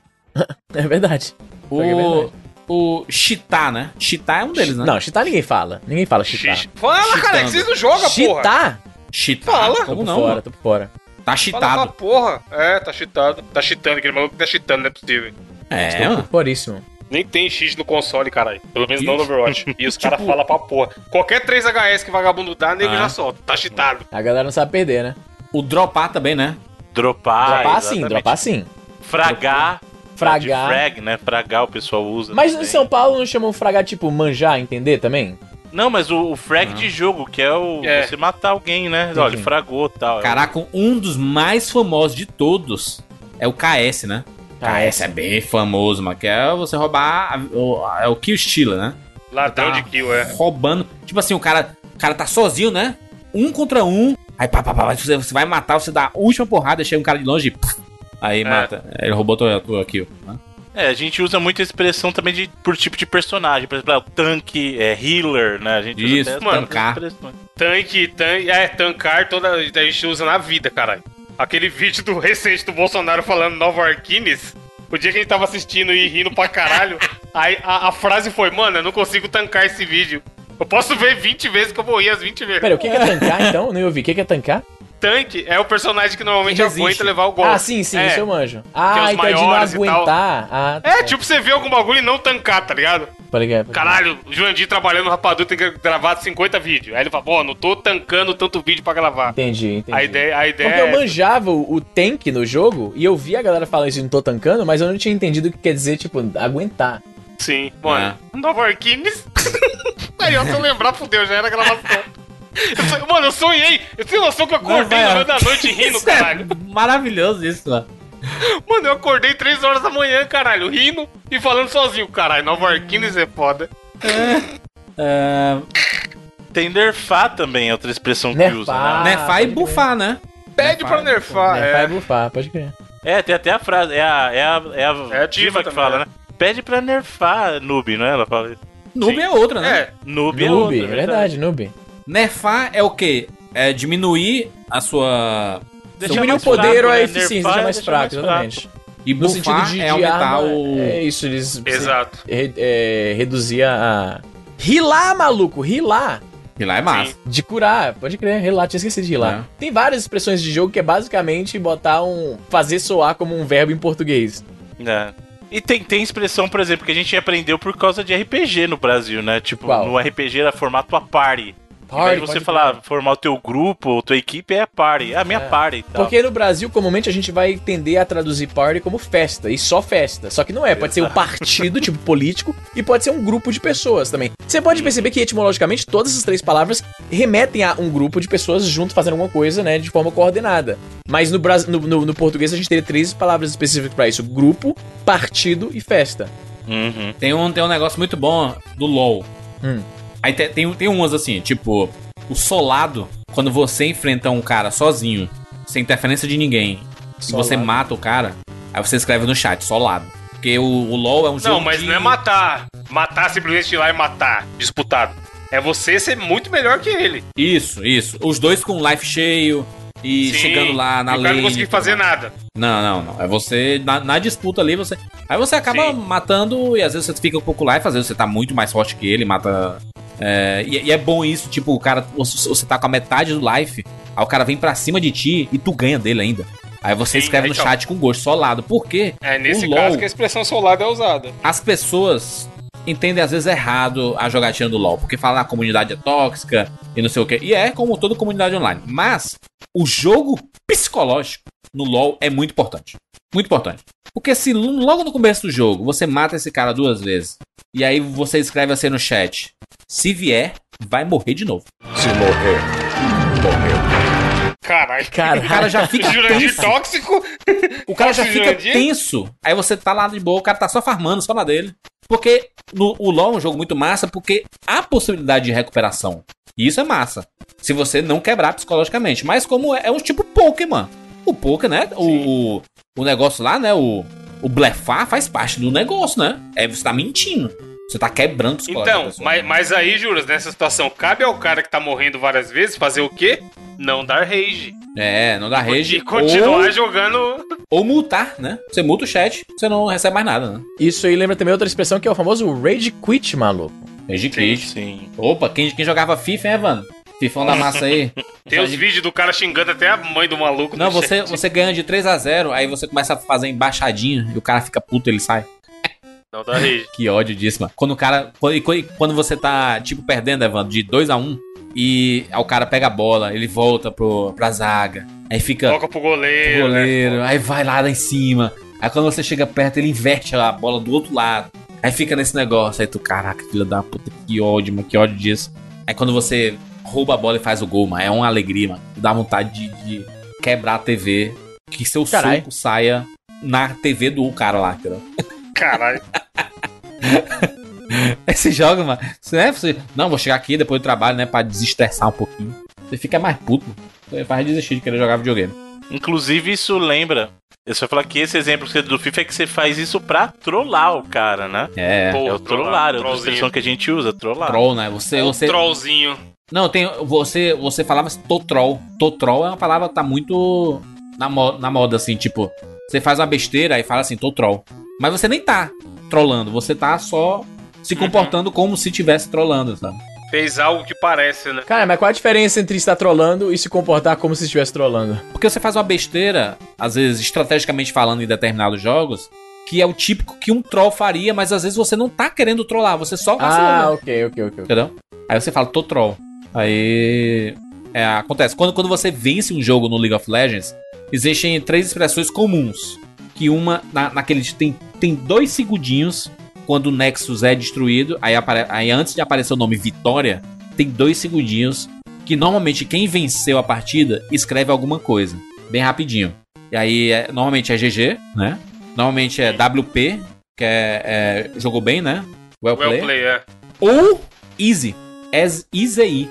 É verdade.
O,
que é verdade.
o Chitá, né? Chitá é um deles, né?
Não, chitar ninguém fala. Ninguém fala chitar.
Xixi. Fala, caralho, que vocês não jogam, porra.
Chitar?
Chitá?
Fala.
Tô
Ah, Como
por
não?
fora,
mano?
tô por fora.
Tá
Fala
chitado.
pra porra. É, tá cheatado. Tá cheatando, aquele maluco que tá cheatando, não é possível.
É, mano.
Poríssimo.
Nem tem X no console, caralho. Pelo menos
Ih.
não no Overwatch. E os
Tipo-
caras falam pra porra. Qualquer 3HS que vagabundo dá, nego
Ah.
já solta. Tá cheatado.
A galera não sabe perder, né? assim,
O dropar também, né?
Dropar.
Dropar sim,
exatamente.
dropar sim.
Fragar.
Fragar.
De frag, né? Fragar o pessoal usa.
Mas assim, é um em
também.
São Paulo não chamam fragar, tipo, manjar, entender também?
Não, mas o, o frag de jogo, que é o
É.
você matar alguém, né?
Entendi.
Olha, fragou e tal.
Caraca, um dos mais famosos de todos é o KS, né? KS é bem famoso, mano. Que é você roubar. a- o- a- é o Kill Stealer, né?
Ladrão
Tá.
de kill, é.
roubando. Tipo assim, o cara, o cara tá sozinho, né? Um contra um. Aí pá, pá, pá, pá, você, você vai matar, você dá a última porrada, chega um cara de longe e pff,
É.
aí mata. Ele roubou tua, tua kill. né?
É, a gente usa muito a expressão também de, por tipo de personagem. Por exemplo, é o tanque, é, healer, né? A gente usa
Isso,
até essas
tancar.
expressões.
Tanque, tanque. É, tancar toda a gente usa na vida, caralho. Aquele vídeo do recente do Bolsonaro falando Nova Arquines. O dia que a gente tava assistindo e rindo pra caralho, aí a, a frase foi, mano, eu não consigo tancar esse vídeo. Eu posso ver 20 vezes que eu morri as 20 vezes.
Pera, o que que é tancar então? Nem ouvi. O que que é tancar?
Tanque é o personagem que normalmente
Que resiste.
aguenta levar o golpe.
Ah, sim, sim,
é.
isso eu manjo.
Tem os
Ah, entendi, não
maiores e tal.
aguentar. Ah,
É, tipo você vê algum bagulho e não tancar, tá ligado?
tipo,
Caralho, o Jurandir trabalhando no Rapadura tem que gravar 50 vídeos. Aí ele fala, pô, não tô tancando tanto vídeo pra gravar.
Entendi, entendi.
A ideia, a ideia
Porque eu
é-
manjava o o tank no jogo e eu via a galera falando isso, não tô tancando, mas eu não tinha entendido o que quer dizer, tipo, aguentar.
Sim, mano. Nova Orquines. Aí, ó, se eu lembrar, fudeu, já era a gravação. Eu sonhei- mano, eu sonhei. Eu tenho noção que eu acordei
Não, vai,
no
ó.
meio da noite rindo,
Isso é
caralho.
maravilhoso isso, mano.
Mano, eu acordei 3 horas da manhã, caralho, rindo e falando sozinho. Caralho, Nova Orquines é foda.
É,
Ah,
Tem nerfar também, é outra expressão que
Nerfar.
usa, né?
nerfar
pode
e bufar, né?
Pede pra nerfar,
né? Vai
é.
bufar, pode crer.
É, tem até a frase, é a, é a, é a,
É a diva
diva que
também,
fala,
é.
né? Pede pra nerfar noob, não é? Ela fala isso.
Noob
Sim.
é outra, né?
É,
Noob, é
Noob,
outra,
é verdade, noob.
Nerfar é o quê? É diminuir a sua.
Deixa
Diminuir o
mais
poder
fraco,
ou a
né?
eficiência,
Nerfar
deixa
é
mais
deixar
fraco, exatamente.
E
No sentido
bufar
de,
é
de
aumentar
arma,
o.
É isso, eles...
exato.
re- é, reduzir a... Rilar, maluco, rilar.
E lá é massa.
De curar, pode crer, rilar, tinha esquecido de rilar. Tem várias expressões de jogo que é basicamente botar um... Fazer soar como um verbo em português.
É. E tem, tem expressão, por exemplo, que a gente aprendeu por causa de RPG no Brasil, né? Tipo,
Qual?
no RPG era formato a party. Ao invés de você
pode
falar, formar o teu grupo, ou tua equipe, é a party. É a minha
É.
party e
Tá.
tal.
Porque no Brasil, comumente, a gente vai tender a traduzir party como festa, e só festa. Só que não é, pode ser um partido, tipo político, e pode ser um grupo de pessoas também. Você pode perceber que etimologicamente todas essas três palavras remetem a um grupo de pessoas junto fazendo alguma coisa, né, de forma coordenada. Mas no, Bras- no, no- no português a gente teria três palavras específicas pra isso: grupo, partido e festa.
Uhum.
Tem um, tem um negócio muito bom do LoL.
Hum.
Aí te- tem, tem umas assim, tipo, o solado, quando você enfrenta um cara sozinho, sem interferência de ninguém, e você
Solado.
mata o cara, aí você escreve no chat, solado. Porque o, o LoL é um jogo.
Não, mas
de-
não é matar. Matar simplesmente ir lá e matar. Disputado. É você ser muito melhor que ele.
Isso, isso. Os dois com life cheio e
Sim,
chegando lá na
e o cara
lane.
não conseguir fazer nada.
Não, não, não. É você, na, na disputa ali, você. Aí você acaba
Sim.
matando e às vezes você fica um pouco lá e às vezes você tá muito mais forte que ele, mata. É, e, e é bom isso, tipo, o cara, você você tá com a metade do life, aí o cara vem pra cima de ti e tu ganha dele ainda. Aí você
Sim,
escreve
aí
no
tchau.
chat com gosto, solado. Por quê?
É nesse
O
caso
LoL.
que a expressão solada é usada.
as pessoas entendem às vezes errado a jogatina do LoL, porque fala ah, a comunidade é tóxica e não sei o que. E é como toda comunidade online. Mas o jogo psicológico no LoL é muito importante. Muito importante. Porque se lo- logo no começo do jogo você mata esse cara duas vezes, e aí você escreve assim no chat: se vier, vai morrer de novo.
Caralho.
O cara já fica
Jurandir
tenso.
tóxico?
O cara já
Tóxico
fica
Jurandir?
tenso. Aí você tá lá de boa, o cara tá só farmando, só na dele. Porque no, o LoL é um jogo muito massa, porque há possibilidade de recuperação. E isso é massa. Se você não quebrar psicologicamente. Mas como é, é um tipo Pokémon. O Pokémon, né? O, o, o negócio lá, né? O, o blefar faz parte do negócio, né? É, você tá mentindo. Você tá quebrando psicologicamente.
Então, mas, mas aí, Juras, nessa situação, cabe ao cara que tá morrendo várias vezes fazer o quê? Não dar rage.
É, não dá rage.
E continuar
Ou,
jogando.
ou multar, né? Você multa o chat, você não recebe mais nada, né?
Isso aí lembra também outra expressão que é o famoso rage quit, maluco.
Rage
Sim,
quit.
sim.
Opa, quem, quem jogava FIFA, hein, Evandro? Fifão da massa aí.
Tem os
Só de-
vídeos do cara xingando até a mãe do maluco.
Não,
no
você,
chat.
você ganha de 3 a 0 aí você começa a fazer embaixadinha e o cara fica puto, ele sai.
Não dá rage.
Que ódio disso, mano. Quando o cara. Quando, e quando- quando você tá, tipo, perdendo, Evandro, de 2 a 1 e aí o cara pega a bola, ele volta pro, pra zaga. Aí fica
Toca pro goleiro.
o goleiro,
né?
aí vai lá, lá em cima. Aí quando você chega perto, ele inverte a bola do outro lado. Aí fica nesse negócio. Aí tu, caraca, filha da puta, que ódio, mano, que ódio disso. Aí quando você rouba a bola e faz o gol, mano, é uma alegria, mano. Dá vontade de, de quebrar a TV, que seu
Carai.
soco saia na TV do cara lá, entendeu?
Caralho.
Aí você joga, mano. Você, né, você, não, vou chegar aqui depois do trabalho, né, pra desestressar um pouquinho. Você fica mais puto, mano. Você faz desistir de querer jogar videogame.
Inclusive, isso lembra. Eu só ia falar que esse exemplo que você deu do FIFA é que você faz isso pra trollar o cara, né?
É,
Pô,
é o trollar, é outra
trollzinho.
expressão que a gente usa, trollar.
troll, né? Você,
O
você,
é um trollzinho.
Não, tem. Você, você falava totrol. Totrol é uma palavra que tá muito na, mo- na moda, assim, tipo, você faz uma besteira e fala assim, totrol. Mas você nem tá trollando, você tá só se
Uhum.
comportando como se tivesse trollando, sabe?
Fez algo que parece, né?
Cara, mas qual a diferença entre estar trolando e se comportar como se estivesse trolando?
Porque você faz uma besteira, às vezes estrategicamente falando em determinados jogos, que é o típico que um troll faria, mas às vezes você não tá querendo trollar, você só vacilou.
Ah, ok, ok, ok.
Entendeu? Aí você fala, tô troll. Aí. é, acontece. Quando, quando você vence um jogo no League of Legends, existem três expressões comuns. Que uma, na, naquele. Tem, tem dois segundinhos. Quando o Nexus é destruído, aí, apare, aí antes de aparecer o nome Vitória, tem dois segundinhos. Que normalmente quem venceu a partida escreve alguma coisa. Bem rapidinho. E aí, é- normalmente é GG, né? Normalmente é WP, que é, é jogou bem, né? Well,
Well
played.
play, é.
Ou easy. As easy.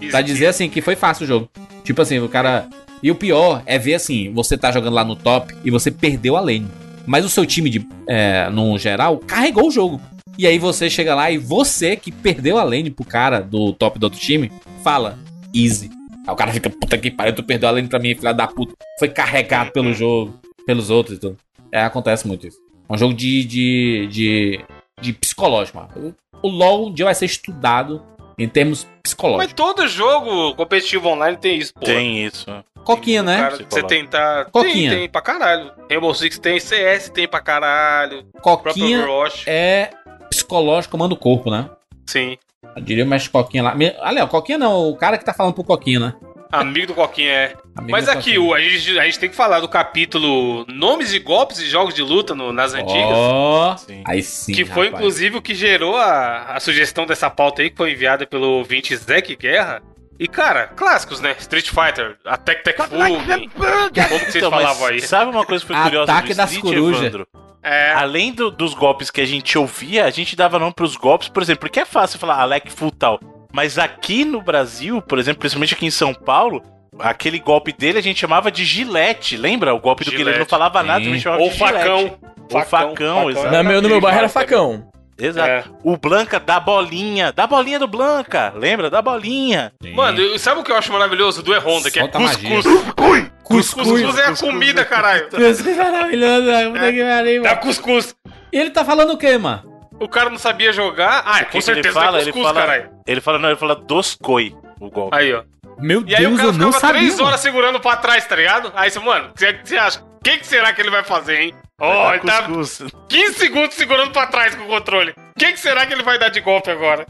Isso.
Pra dizer assim que foi fácil o jogo. Tipo assim, o cara. E o pior é ver assim, você tá jogando lá no top e você perdeu a lane. Mas o seu time, de, é, no geral, carregou o jogo. E aí você chega lá e você que perdeu a lane pro cara do top do outro time, fala, easy. Aí o cara fica, puta que pariu, tu perdeu a lane pra mim, filha da puta. Foi carregado pelo jogo, pelos outros e tudo. É, acontece muito isso. É um jogo de, de, de, de psicológico, mano. O LoL um dia vai ser estudado em termos psicológicos.
Mas todo jogo competitivo online tem isso, pô.
Tem isso.
Coquinha, né?
Cara, você tentar.
Coquinha.
Tem, tem pra caralho. Rainbow Six tem, CS tem pra caralho. O próprio
Coquinha
Overwatch.
é psicológico, manda o corpo, né?
Sim.
Eu diria mais Coquinha lá. Me- Aliás, Coquinha não, o cara que tá falando pro Coquinha, né?
Amigo do Coquinha é.
Amigo
Mas
do
aqui,
Coquinha.
o- a gente, a gente tem que falar do capítulo Nomes e Golpes de Jogos de Luta no- nas antigas.
Ó,
Sim.
aí sim.
que foi,
rapaz.
inclusive, o que gerou a, a sugestão dessa pauta aí, que foi enviada pelo ouvinte Zack Guerra. E, cara, clássicos, né? Street Fighter, Attack Tech Fu. Como que vocês
Então, mas
falavam aí?
Sabe uma coisa que foi curiosa
Ataque das corujas.
Evandro?
É,
Além do- dos golpes que a gente ouvia, a gente dava nome pros golpes, por exemplo, porque é fácil falar Alec Full tal. Mas aqui no Brasil, por exemplo, principalmente aqui em São Paulo, aquele golpe dele a gente chamava de gilete, lembra? O golpe do que ele não
Gilete.
falava nada,
Sim.
a gente chamava
ou
de
facão.
Ou facão, exato.
Na meu, no meu bairro era
Facão.
facão.
Exato.
É.
O Blanca dá bolinha. Dá bolinha do Blanca. Lembra? Dá bolinha.
Mano, e sabe o que eu acho maravilhoso do E-Honda? Que é
Solta a magia.
cuscuz. Cuscuz.
Cuscuz.
Cuscuz é a comida, caralho.
Cuscuz é maravilhoso, velho.
É.
Puta que pariu,
Dá
mano.
cuscuz.
E ele tá falando o quê, mano?
O cara não sabia jogar. Ah,
O que
com
que
certeza
ele
dá
fala,
cuscuz,
ele fala,
caralho.
Ele fala, não, ele fala dos coi. O golpe.
Aí, ó.
Meu
E aí
Deus,
o cara
eu não
ficava
sabia.
três
mano.
horas segurando pra trás, tá ligado? Aí você, mano, o que você acha? O que, que será que ele vai fazer, hein? Ó,
Dá
ele tá
É, cuscuz.
15 segundos segurando pra trás com o controle. O que, que será que ele vai dar de golpe agora?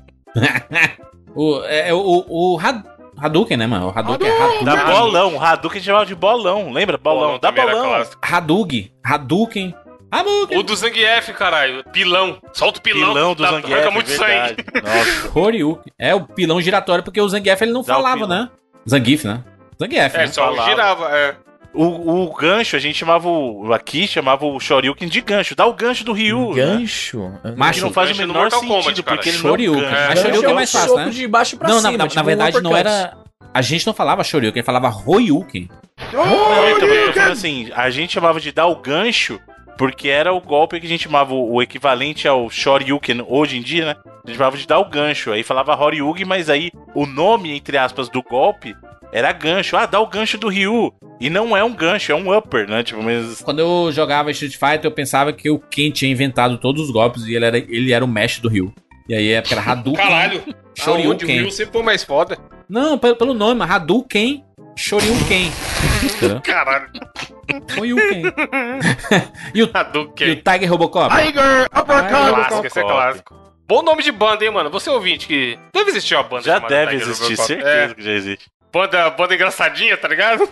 O, é, é o, o o Had- Hadouken, né, mano? O Hadouken é Hadouken.
Dá bolão. O Hadouken chamava de bolão. Lembra? Bolão. Dá
também era
bolão.
clássico.
Hadouken. Hadouken. Hadouken.
O do Zangief, caralho. Pilão. Solta o pilão.
Pilão do
dá-
Zangief. é
Arranca muito
verdade.
sangue.
Nossa.
Horyuken. É o pilão giratório, porque o Zangief ele não
Dá o
falava,
pilão.
né? Zangief, né? Zangief,
É,
né?
só
Falava.
girava. É.
O, o gancho, a gente chamava o. Aqui chamava o Shoryuken de gancho. Dá o gancho do Ryu. né?
Um Gancho?
Que
Macho.
não faz o
Gancho no
menor
Mortal
sentido,
Kombat, cara.
porque ele
Shoryuken.
não é um
É,
gancho.
Acho que Shoryuken é
é
mais
mais
fácil,
soco
né?
de baixo pra
não,
cima.
na, na,
tipo
na
um
verdade não
uppercut.
era. A gente não falava Shoryuken, falava Royuken.
Eu também tô falando assim, a gente chamava de dar o gancho, porque era o golpe que a gente chamava o o equivalente ao Shoryuken hoje em dia, né? A gente chamava de dar o gancho. Aí falava Horyugen, mas aí o nome, entre aspas, do golpe era gancho. Ah, dá o gancho do Ryu. E não é um gancho, é um upper, né? Tipo, mas.
Quando eu jogava Street Fighter, eu pensava que o Ken tinha inventado todos os golpes e ele era, ele era o mestre do Ryu. E aí é porque era Hadouken.
Caralho. Aonde o
Shoryuken.
Ryu sempre foi mais foda.
Não, pelo, pelo nome, mas Hadouken. Shoryuken. Entendeu?
Caralho.
Royuken. E o
Hadouken.
Tiger Robocop?
Tiger Clássico,
Robocop.
esse é clássico. Bom nome de banda, hein, mano? Você é ouvinte que... Deve existir uma banda
Já
chamada
deve
Tiger
existir,
Robocop.
certeza que já existe.
É, banda, banda engraçadinha, tá ligado?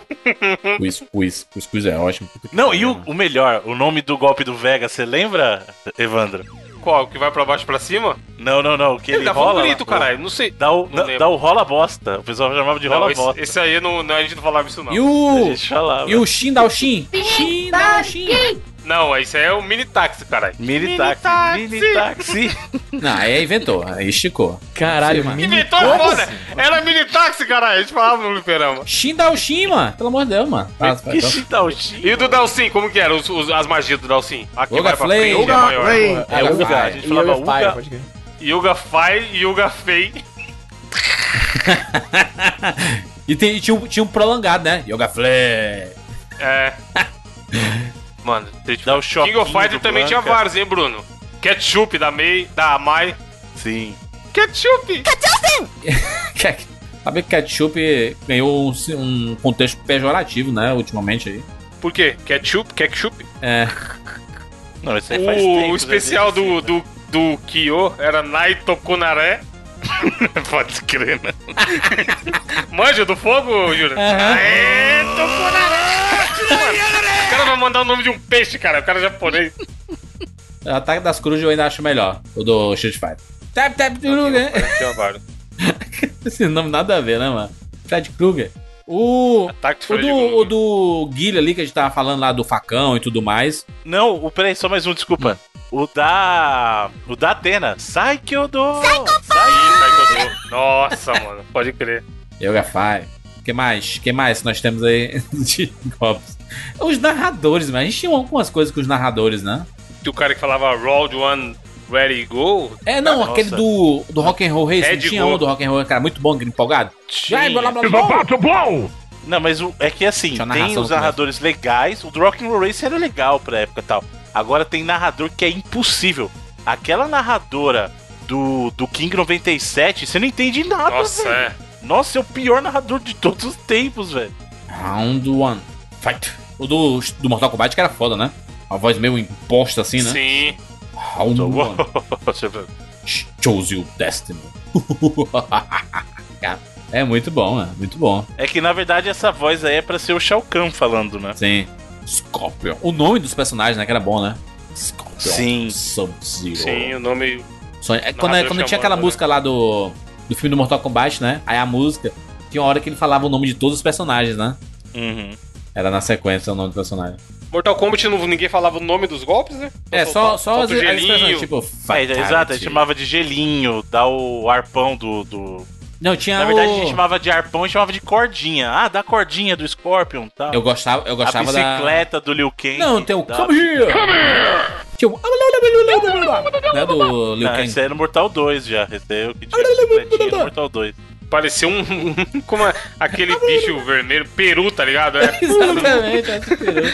Quiz, quiz. Quiz, quiz é ótimo. Puta que
Não,
pariu,
e o,
mano.
o melhor, o nome do golpe do Vega, você lembra, Evandro?
Qual? Que vai pra baixo e pra cima?
Não, não, não, o que ele,
dava
rola.
um
lá,
grito,
pô.
caralho. Não sei.
Dá o,
Não
dá,
lembro.
dá o rola bosta. O pessoal chamava de rola
Não,
bosta.
esse, esse aí não, não, a gente não falava isso, não.
E o.
A gente falava.
E o Shin Dao Shin? Shin Dao Shin.
Não, esse aí é o mini táxi, caralho.
Mini táxi. Mini táxi.
Não, aí é inventou, aí esticou.
Caralho,
Sim, mano.
mini
Inventou
táxi?
foda!
assim?
Era mini táxi, caralho. A gente falava no Luperama.
Shin Dao Shin, mano. Pelo amor de Deus, mano. Tá,
então.
tá,
Que
tá.
chitauchi.
E o do Dalsim, como que era? Os, os- as magias do Dalsim? Aqui
Yoga
vai pra
Flame.
frente, é
Yoga
maior.
É
Ah,
Yoga
Uga. A
Fire.
gente falava Uga.
Yoga Fai, Yoga Fei.
E, tem- e tinha, um- tinha um prolongado, né? Yoga Flare.
É. Mano, tem
Dá o choque.
King of Fighter também tinha vários, hein, Bruno? Ketchup da Mei, da Mai.
Sim.
Ketchup!
Sabe que ketchup ganhou um, um contexto pejorativo, né? Ultimamente aí.
Por quê? Ketchup? Ketchup?
É.
Não, esse aí faz tempo.
O,
né,
especial
desse,
do,
né?
do, do Kyo era Nai Tokunare. Pode crer, né? Manja do fogo, Jura?
É.
Aê, Tokunare! Mano, O cara vai mandar o nome de um peixe, cara. O cara é japonês.
O ataque das cruzes eu ainda acho melhor. O do Street Fighter. Tap, tap, Kruger.
Tinha vários.
Esse nome nada a ver, né, mano? Fred Krueger. O.
Ataque de
O
Freddy
do,
Krueger.
o do Guilherme ali que a gente tava falando lá do facão e tudo mais.
Não, o, peraí, só mais um, desculpa. O da. O da Atena. Sai que eu dou. Sai.
Ih, sai que eu dou. Nossa, mano. Pode crer.
Yoga Fire. que mais? que mais nós temos aí de golpes? Os narradores, mas a gente tinha algumas coisas com os narradores, né?
E o cara que falava Round One, Ready, Go.
É, não,
Nossa.
aquele do, do Rock and Roll Racing.
Red
tinha
Go.
um do Rock and Roll, cara, muito bom, empolgado. Vai, blá, blá, blá, blá.
Não, mas o- é que assim,
Tinha uma
tem
narração
os
no começo.
narradores legais. O do Rock'n'Roll Racing era legal pra época e tal. Agora tem narrador que é impossível. Aquela narradora do, do King 97, você não entende nada,
Nossa,
velho.
é.
Nossa, é o pior narrador de todos os tempos, velho.
Round one. Fight. O do, do Mortal Kombat que era foda, né? A voz meio imposta assim, né?
Sim.
Round
Então,
one.
você vê.
Chose your destiny. Cara, é muito bom, né? Muito bom.
É que na verdade essa voz aí é pra ser o Shao Kahn falando, né?
Sim. Scorpion. O nome dos personagens, né? Que era bom, né? Scorpion.
Sim.
Sub-Zero.
Sim, o nome.
Só- é quando é- quando tinha aquela
chamando, né?
música lá do, do filme do Mortal Kombat, né? Aí a música, tinha uma hora que ele falava o nome de todos os personagens, né?
Uhum.
Era na sequência o nome do personagem.
Mortal Kombat não- ninguém falava o nome dos golpes, né?
É, só, só as,
solta o
as
gelinho.
expressões, tipo...
É,
fatality.
exato, a gente chamava de gelinho, dá o arpão do. do-
Não, tinha
Na verdade,
o...
a gente chamava de arpão e chamava de cordinha. Ah, dá a cordinha do Scorpion e tal.
Eu gostava, eu
a
gostava da...
Tá.
bicicleta do Liu Kang.
Não, tem o
dá-
Come Here! Tipo. Né, do Liu
Não,
Kang.
esse é no Mortal 2 já. Esse é o que tinha bicicletinha no Mortal 2.
Parecia um. como é- aquele bicho vermelho, peru, tá ligado? É.
Exatamente, é esse peru.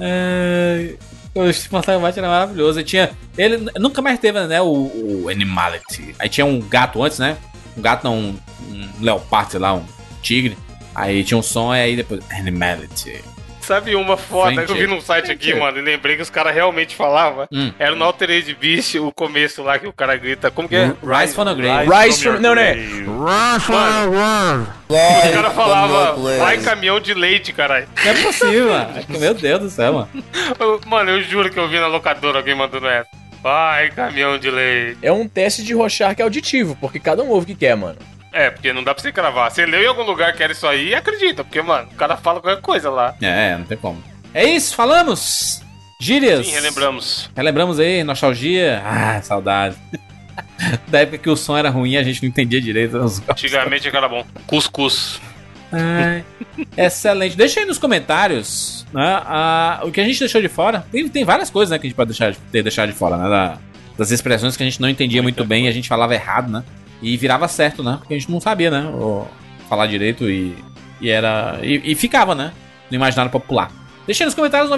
É, O Mortal Kombat era maravilhoso. E tinha. Ele n- nunca mais teve, né? O, o Animality. Aí tinha um gato antes, né? Um gato não, um, um leopardo, sei lá, um tigre. Aí tinha um som e aí depois. Animality.
Sabe uma foda
Frente.
que eu vi num site aqui,
Frente.
mano, e lembrei que os caras realmente falavam.
é Hum.
Era um no Altered Beast, o começo lá que o cara grita, como que é?
Rise from the Grave.
Rise from- não, né?
Mano, os caras falavam, vai caminhão de leite, caralho.
Não é possível, mano. Meu Deus do céu, mano.
Eu- Mano, eu juro que eu vi na locadora alguém mandando essa. Vai, caminhão de leite.
É um teste de rochar que é auditivo, porque cada um ouve o que quer, mano.
É, porque não dá pra você cravar. Você leu em algum lugar que era isso aí e acredita, porque, mano, o cara fala qualquer coisa lá.
É, não tem como. É isso, falamos! Gírias!
Sim, relembramos.
Relembramos aí, nostalgia. Ah, saudade. da época que o som era ruim, a gente não entendia direito. Os...
Antigamente era bom. Cuscuz.
Ai, É, excelente. Deixa aí nos comentários né, a- o que a gente deixou de fora. Tem, tem várias coisas né, que a gente pode deixar de, ter deixado de fora, né? da- das expressões que a gente não entendia muito bem e a gente falava errado, né? E virava certo, né? Porque a gente não sabia, né? o- falar direito e, e era. E, e ficava, né? No imaginário popular. Deixa aí nos comentários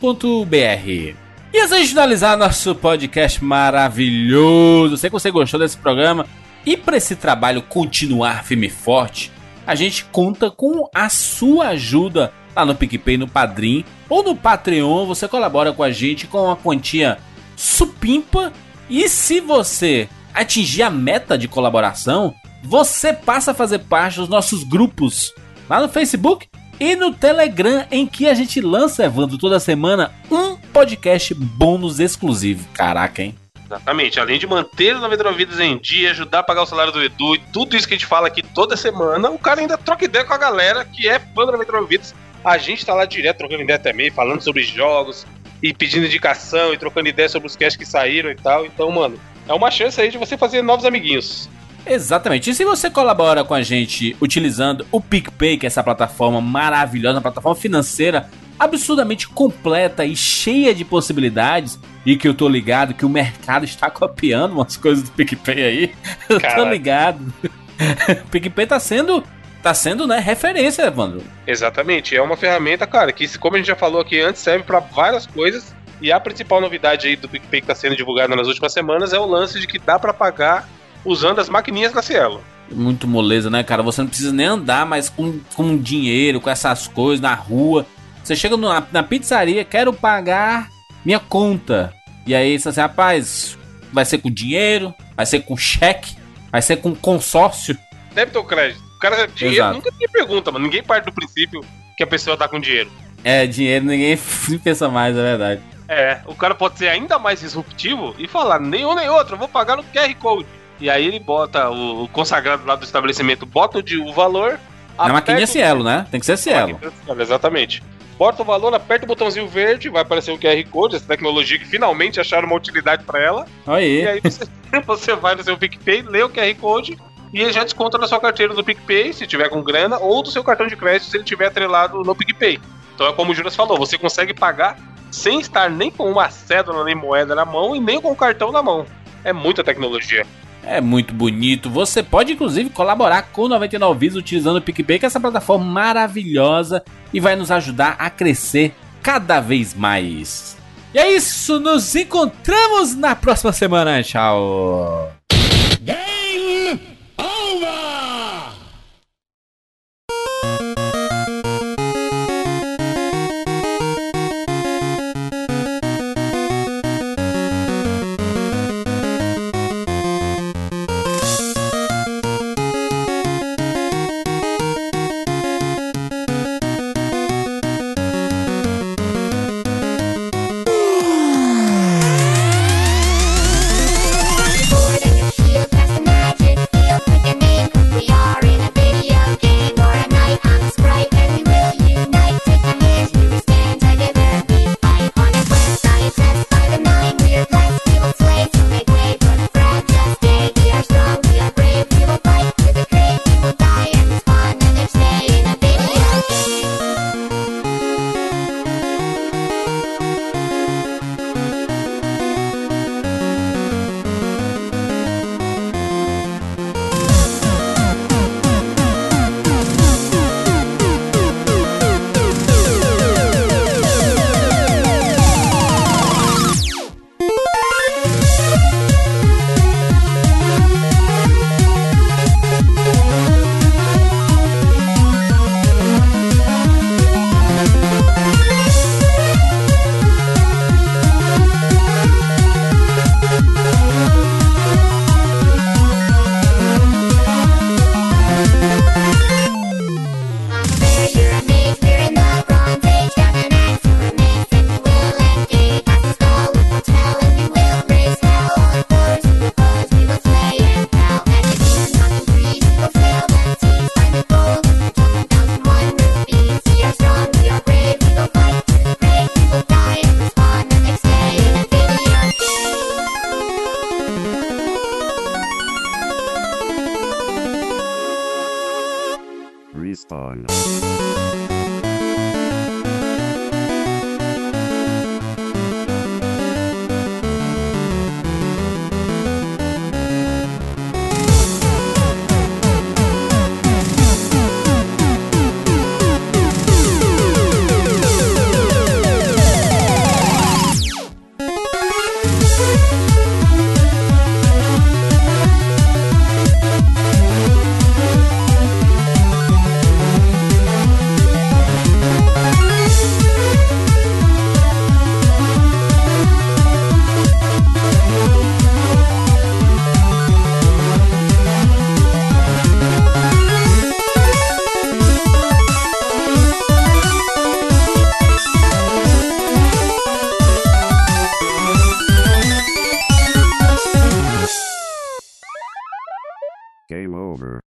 99vidas.com.br. E antes de finalizar nosso podcast maravilhoso, sei que você gostou desse programa e para esse trabalho continuar firme e forte, a gente conta com a sua ajuda lá no PicPay, no Padrim ou no Patreon. Você colabora com a gente com uma quantia supimpa e se você atingir a meta de colaboração, você passa a fazer parte dos nossos grupos lá no Facebook e no Telegram, em que a gente lança, Evandro, toda semana um podcast bônus exclusivo. Caraca, hein?
Exatamente. Além de manter os 99 vidas em dia, ajudar a pagar o salário do Edu e tudo isso que a gente fala aqui toda semana, o cara ainda troca ideia com a galera que é fã do 99 vidas. A gente tá lá direto trocando ideia também, falando sobre jogos e pedindo indicação e trocando ideia sobre os casts que saíram e tal. Então, mano, é uma chance aí de você fazer novos amiguinhos.
Exatamente. E se você colabora com a gente utilizando o PicPay, que é essa plataforma maravilhosa, uma plataforma financeira absurdamente completa e cheia de possibilidades, e que eu tô ligado que o mercado está copiando umas coisas do PicPay aí. Eu tô
Caraca.
ligado. o PicPay tá sendo, tá sendo, né, referência, Evandro.
Exatamente, é uma ferramenta, cara, que como a gente já falou aqui antes, serve pra várias coisas. E a principal novidade aí do PicPay que tá sendo divulgada nas últimas semanas é o lance de que dá pra pagar usando as maquininhas da Cielo.
Muito moleza, né, cara? Você não precisa nem andar mais com, com dinheiro, com essas coisas na rua. Você chega na, na pizzaria, quero pagar minha conta. E aí você assim, rapaz, vai ser com dinheiro, vai ser com cheque, vai ser com consórcio.
Débito ou crédito? O cara, dinheiro
Exato.
nunca tem pergunta, mano. Ninguém parte do princípio que a pessoa tá com dinheiro.
É, dinheiro ninguém pensa mais, é verdade.
É, o cara pode ser ainda mais disruptivo e falar, nem um nem outro, eu vou pagar no QR Code. E aí ele bota, o o consagrado lá do estabelecimento bota o, de- o valor...
Na maquininha
aperta o-
Cielo, né? Tem que ser Cielo.
Olha, Exatamente. Bota o valor, aperta o botãozinho verde, vai aparecer o QR Code, essa tecnologia que finalmente acharam uma utilidade pra ela.
Olha
E
aí.
aí você, você vai no seu PicPay, lê o QR Code e ele já desconta na sua carteira do PicPay, se tiver com grana, ou do seu cartão de crédito, se ele tiver atrelado no PicPay. Então é como o Juras falou, você consegue pagar sem estar nem com uma cédula nem moeda na mão e nem com o cartão na mão. É muita tecnologia.
É muito bonito. Você pode, inclusive, colaborar com o 99 Vidas utilizando o PicPay, que é essa plataforma maravilhosa e vai nos ajudar a crescer cada vez mais. E é isso, nos encontramos na próxima semana. Tchau!
Boy, pistola. Game over.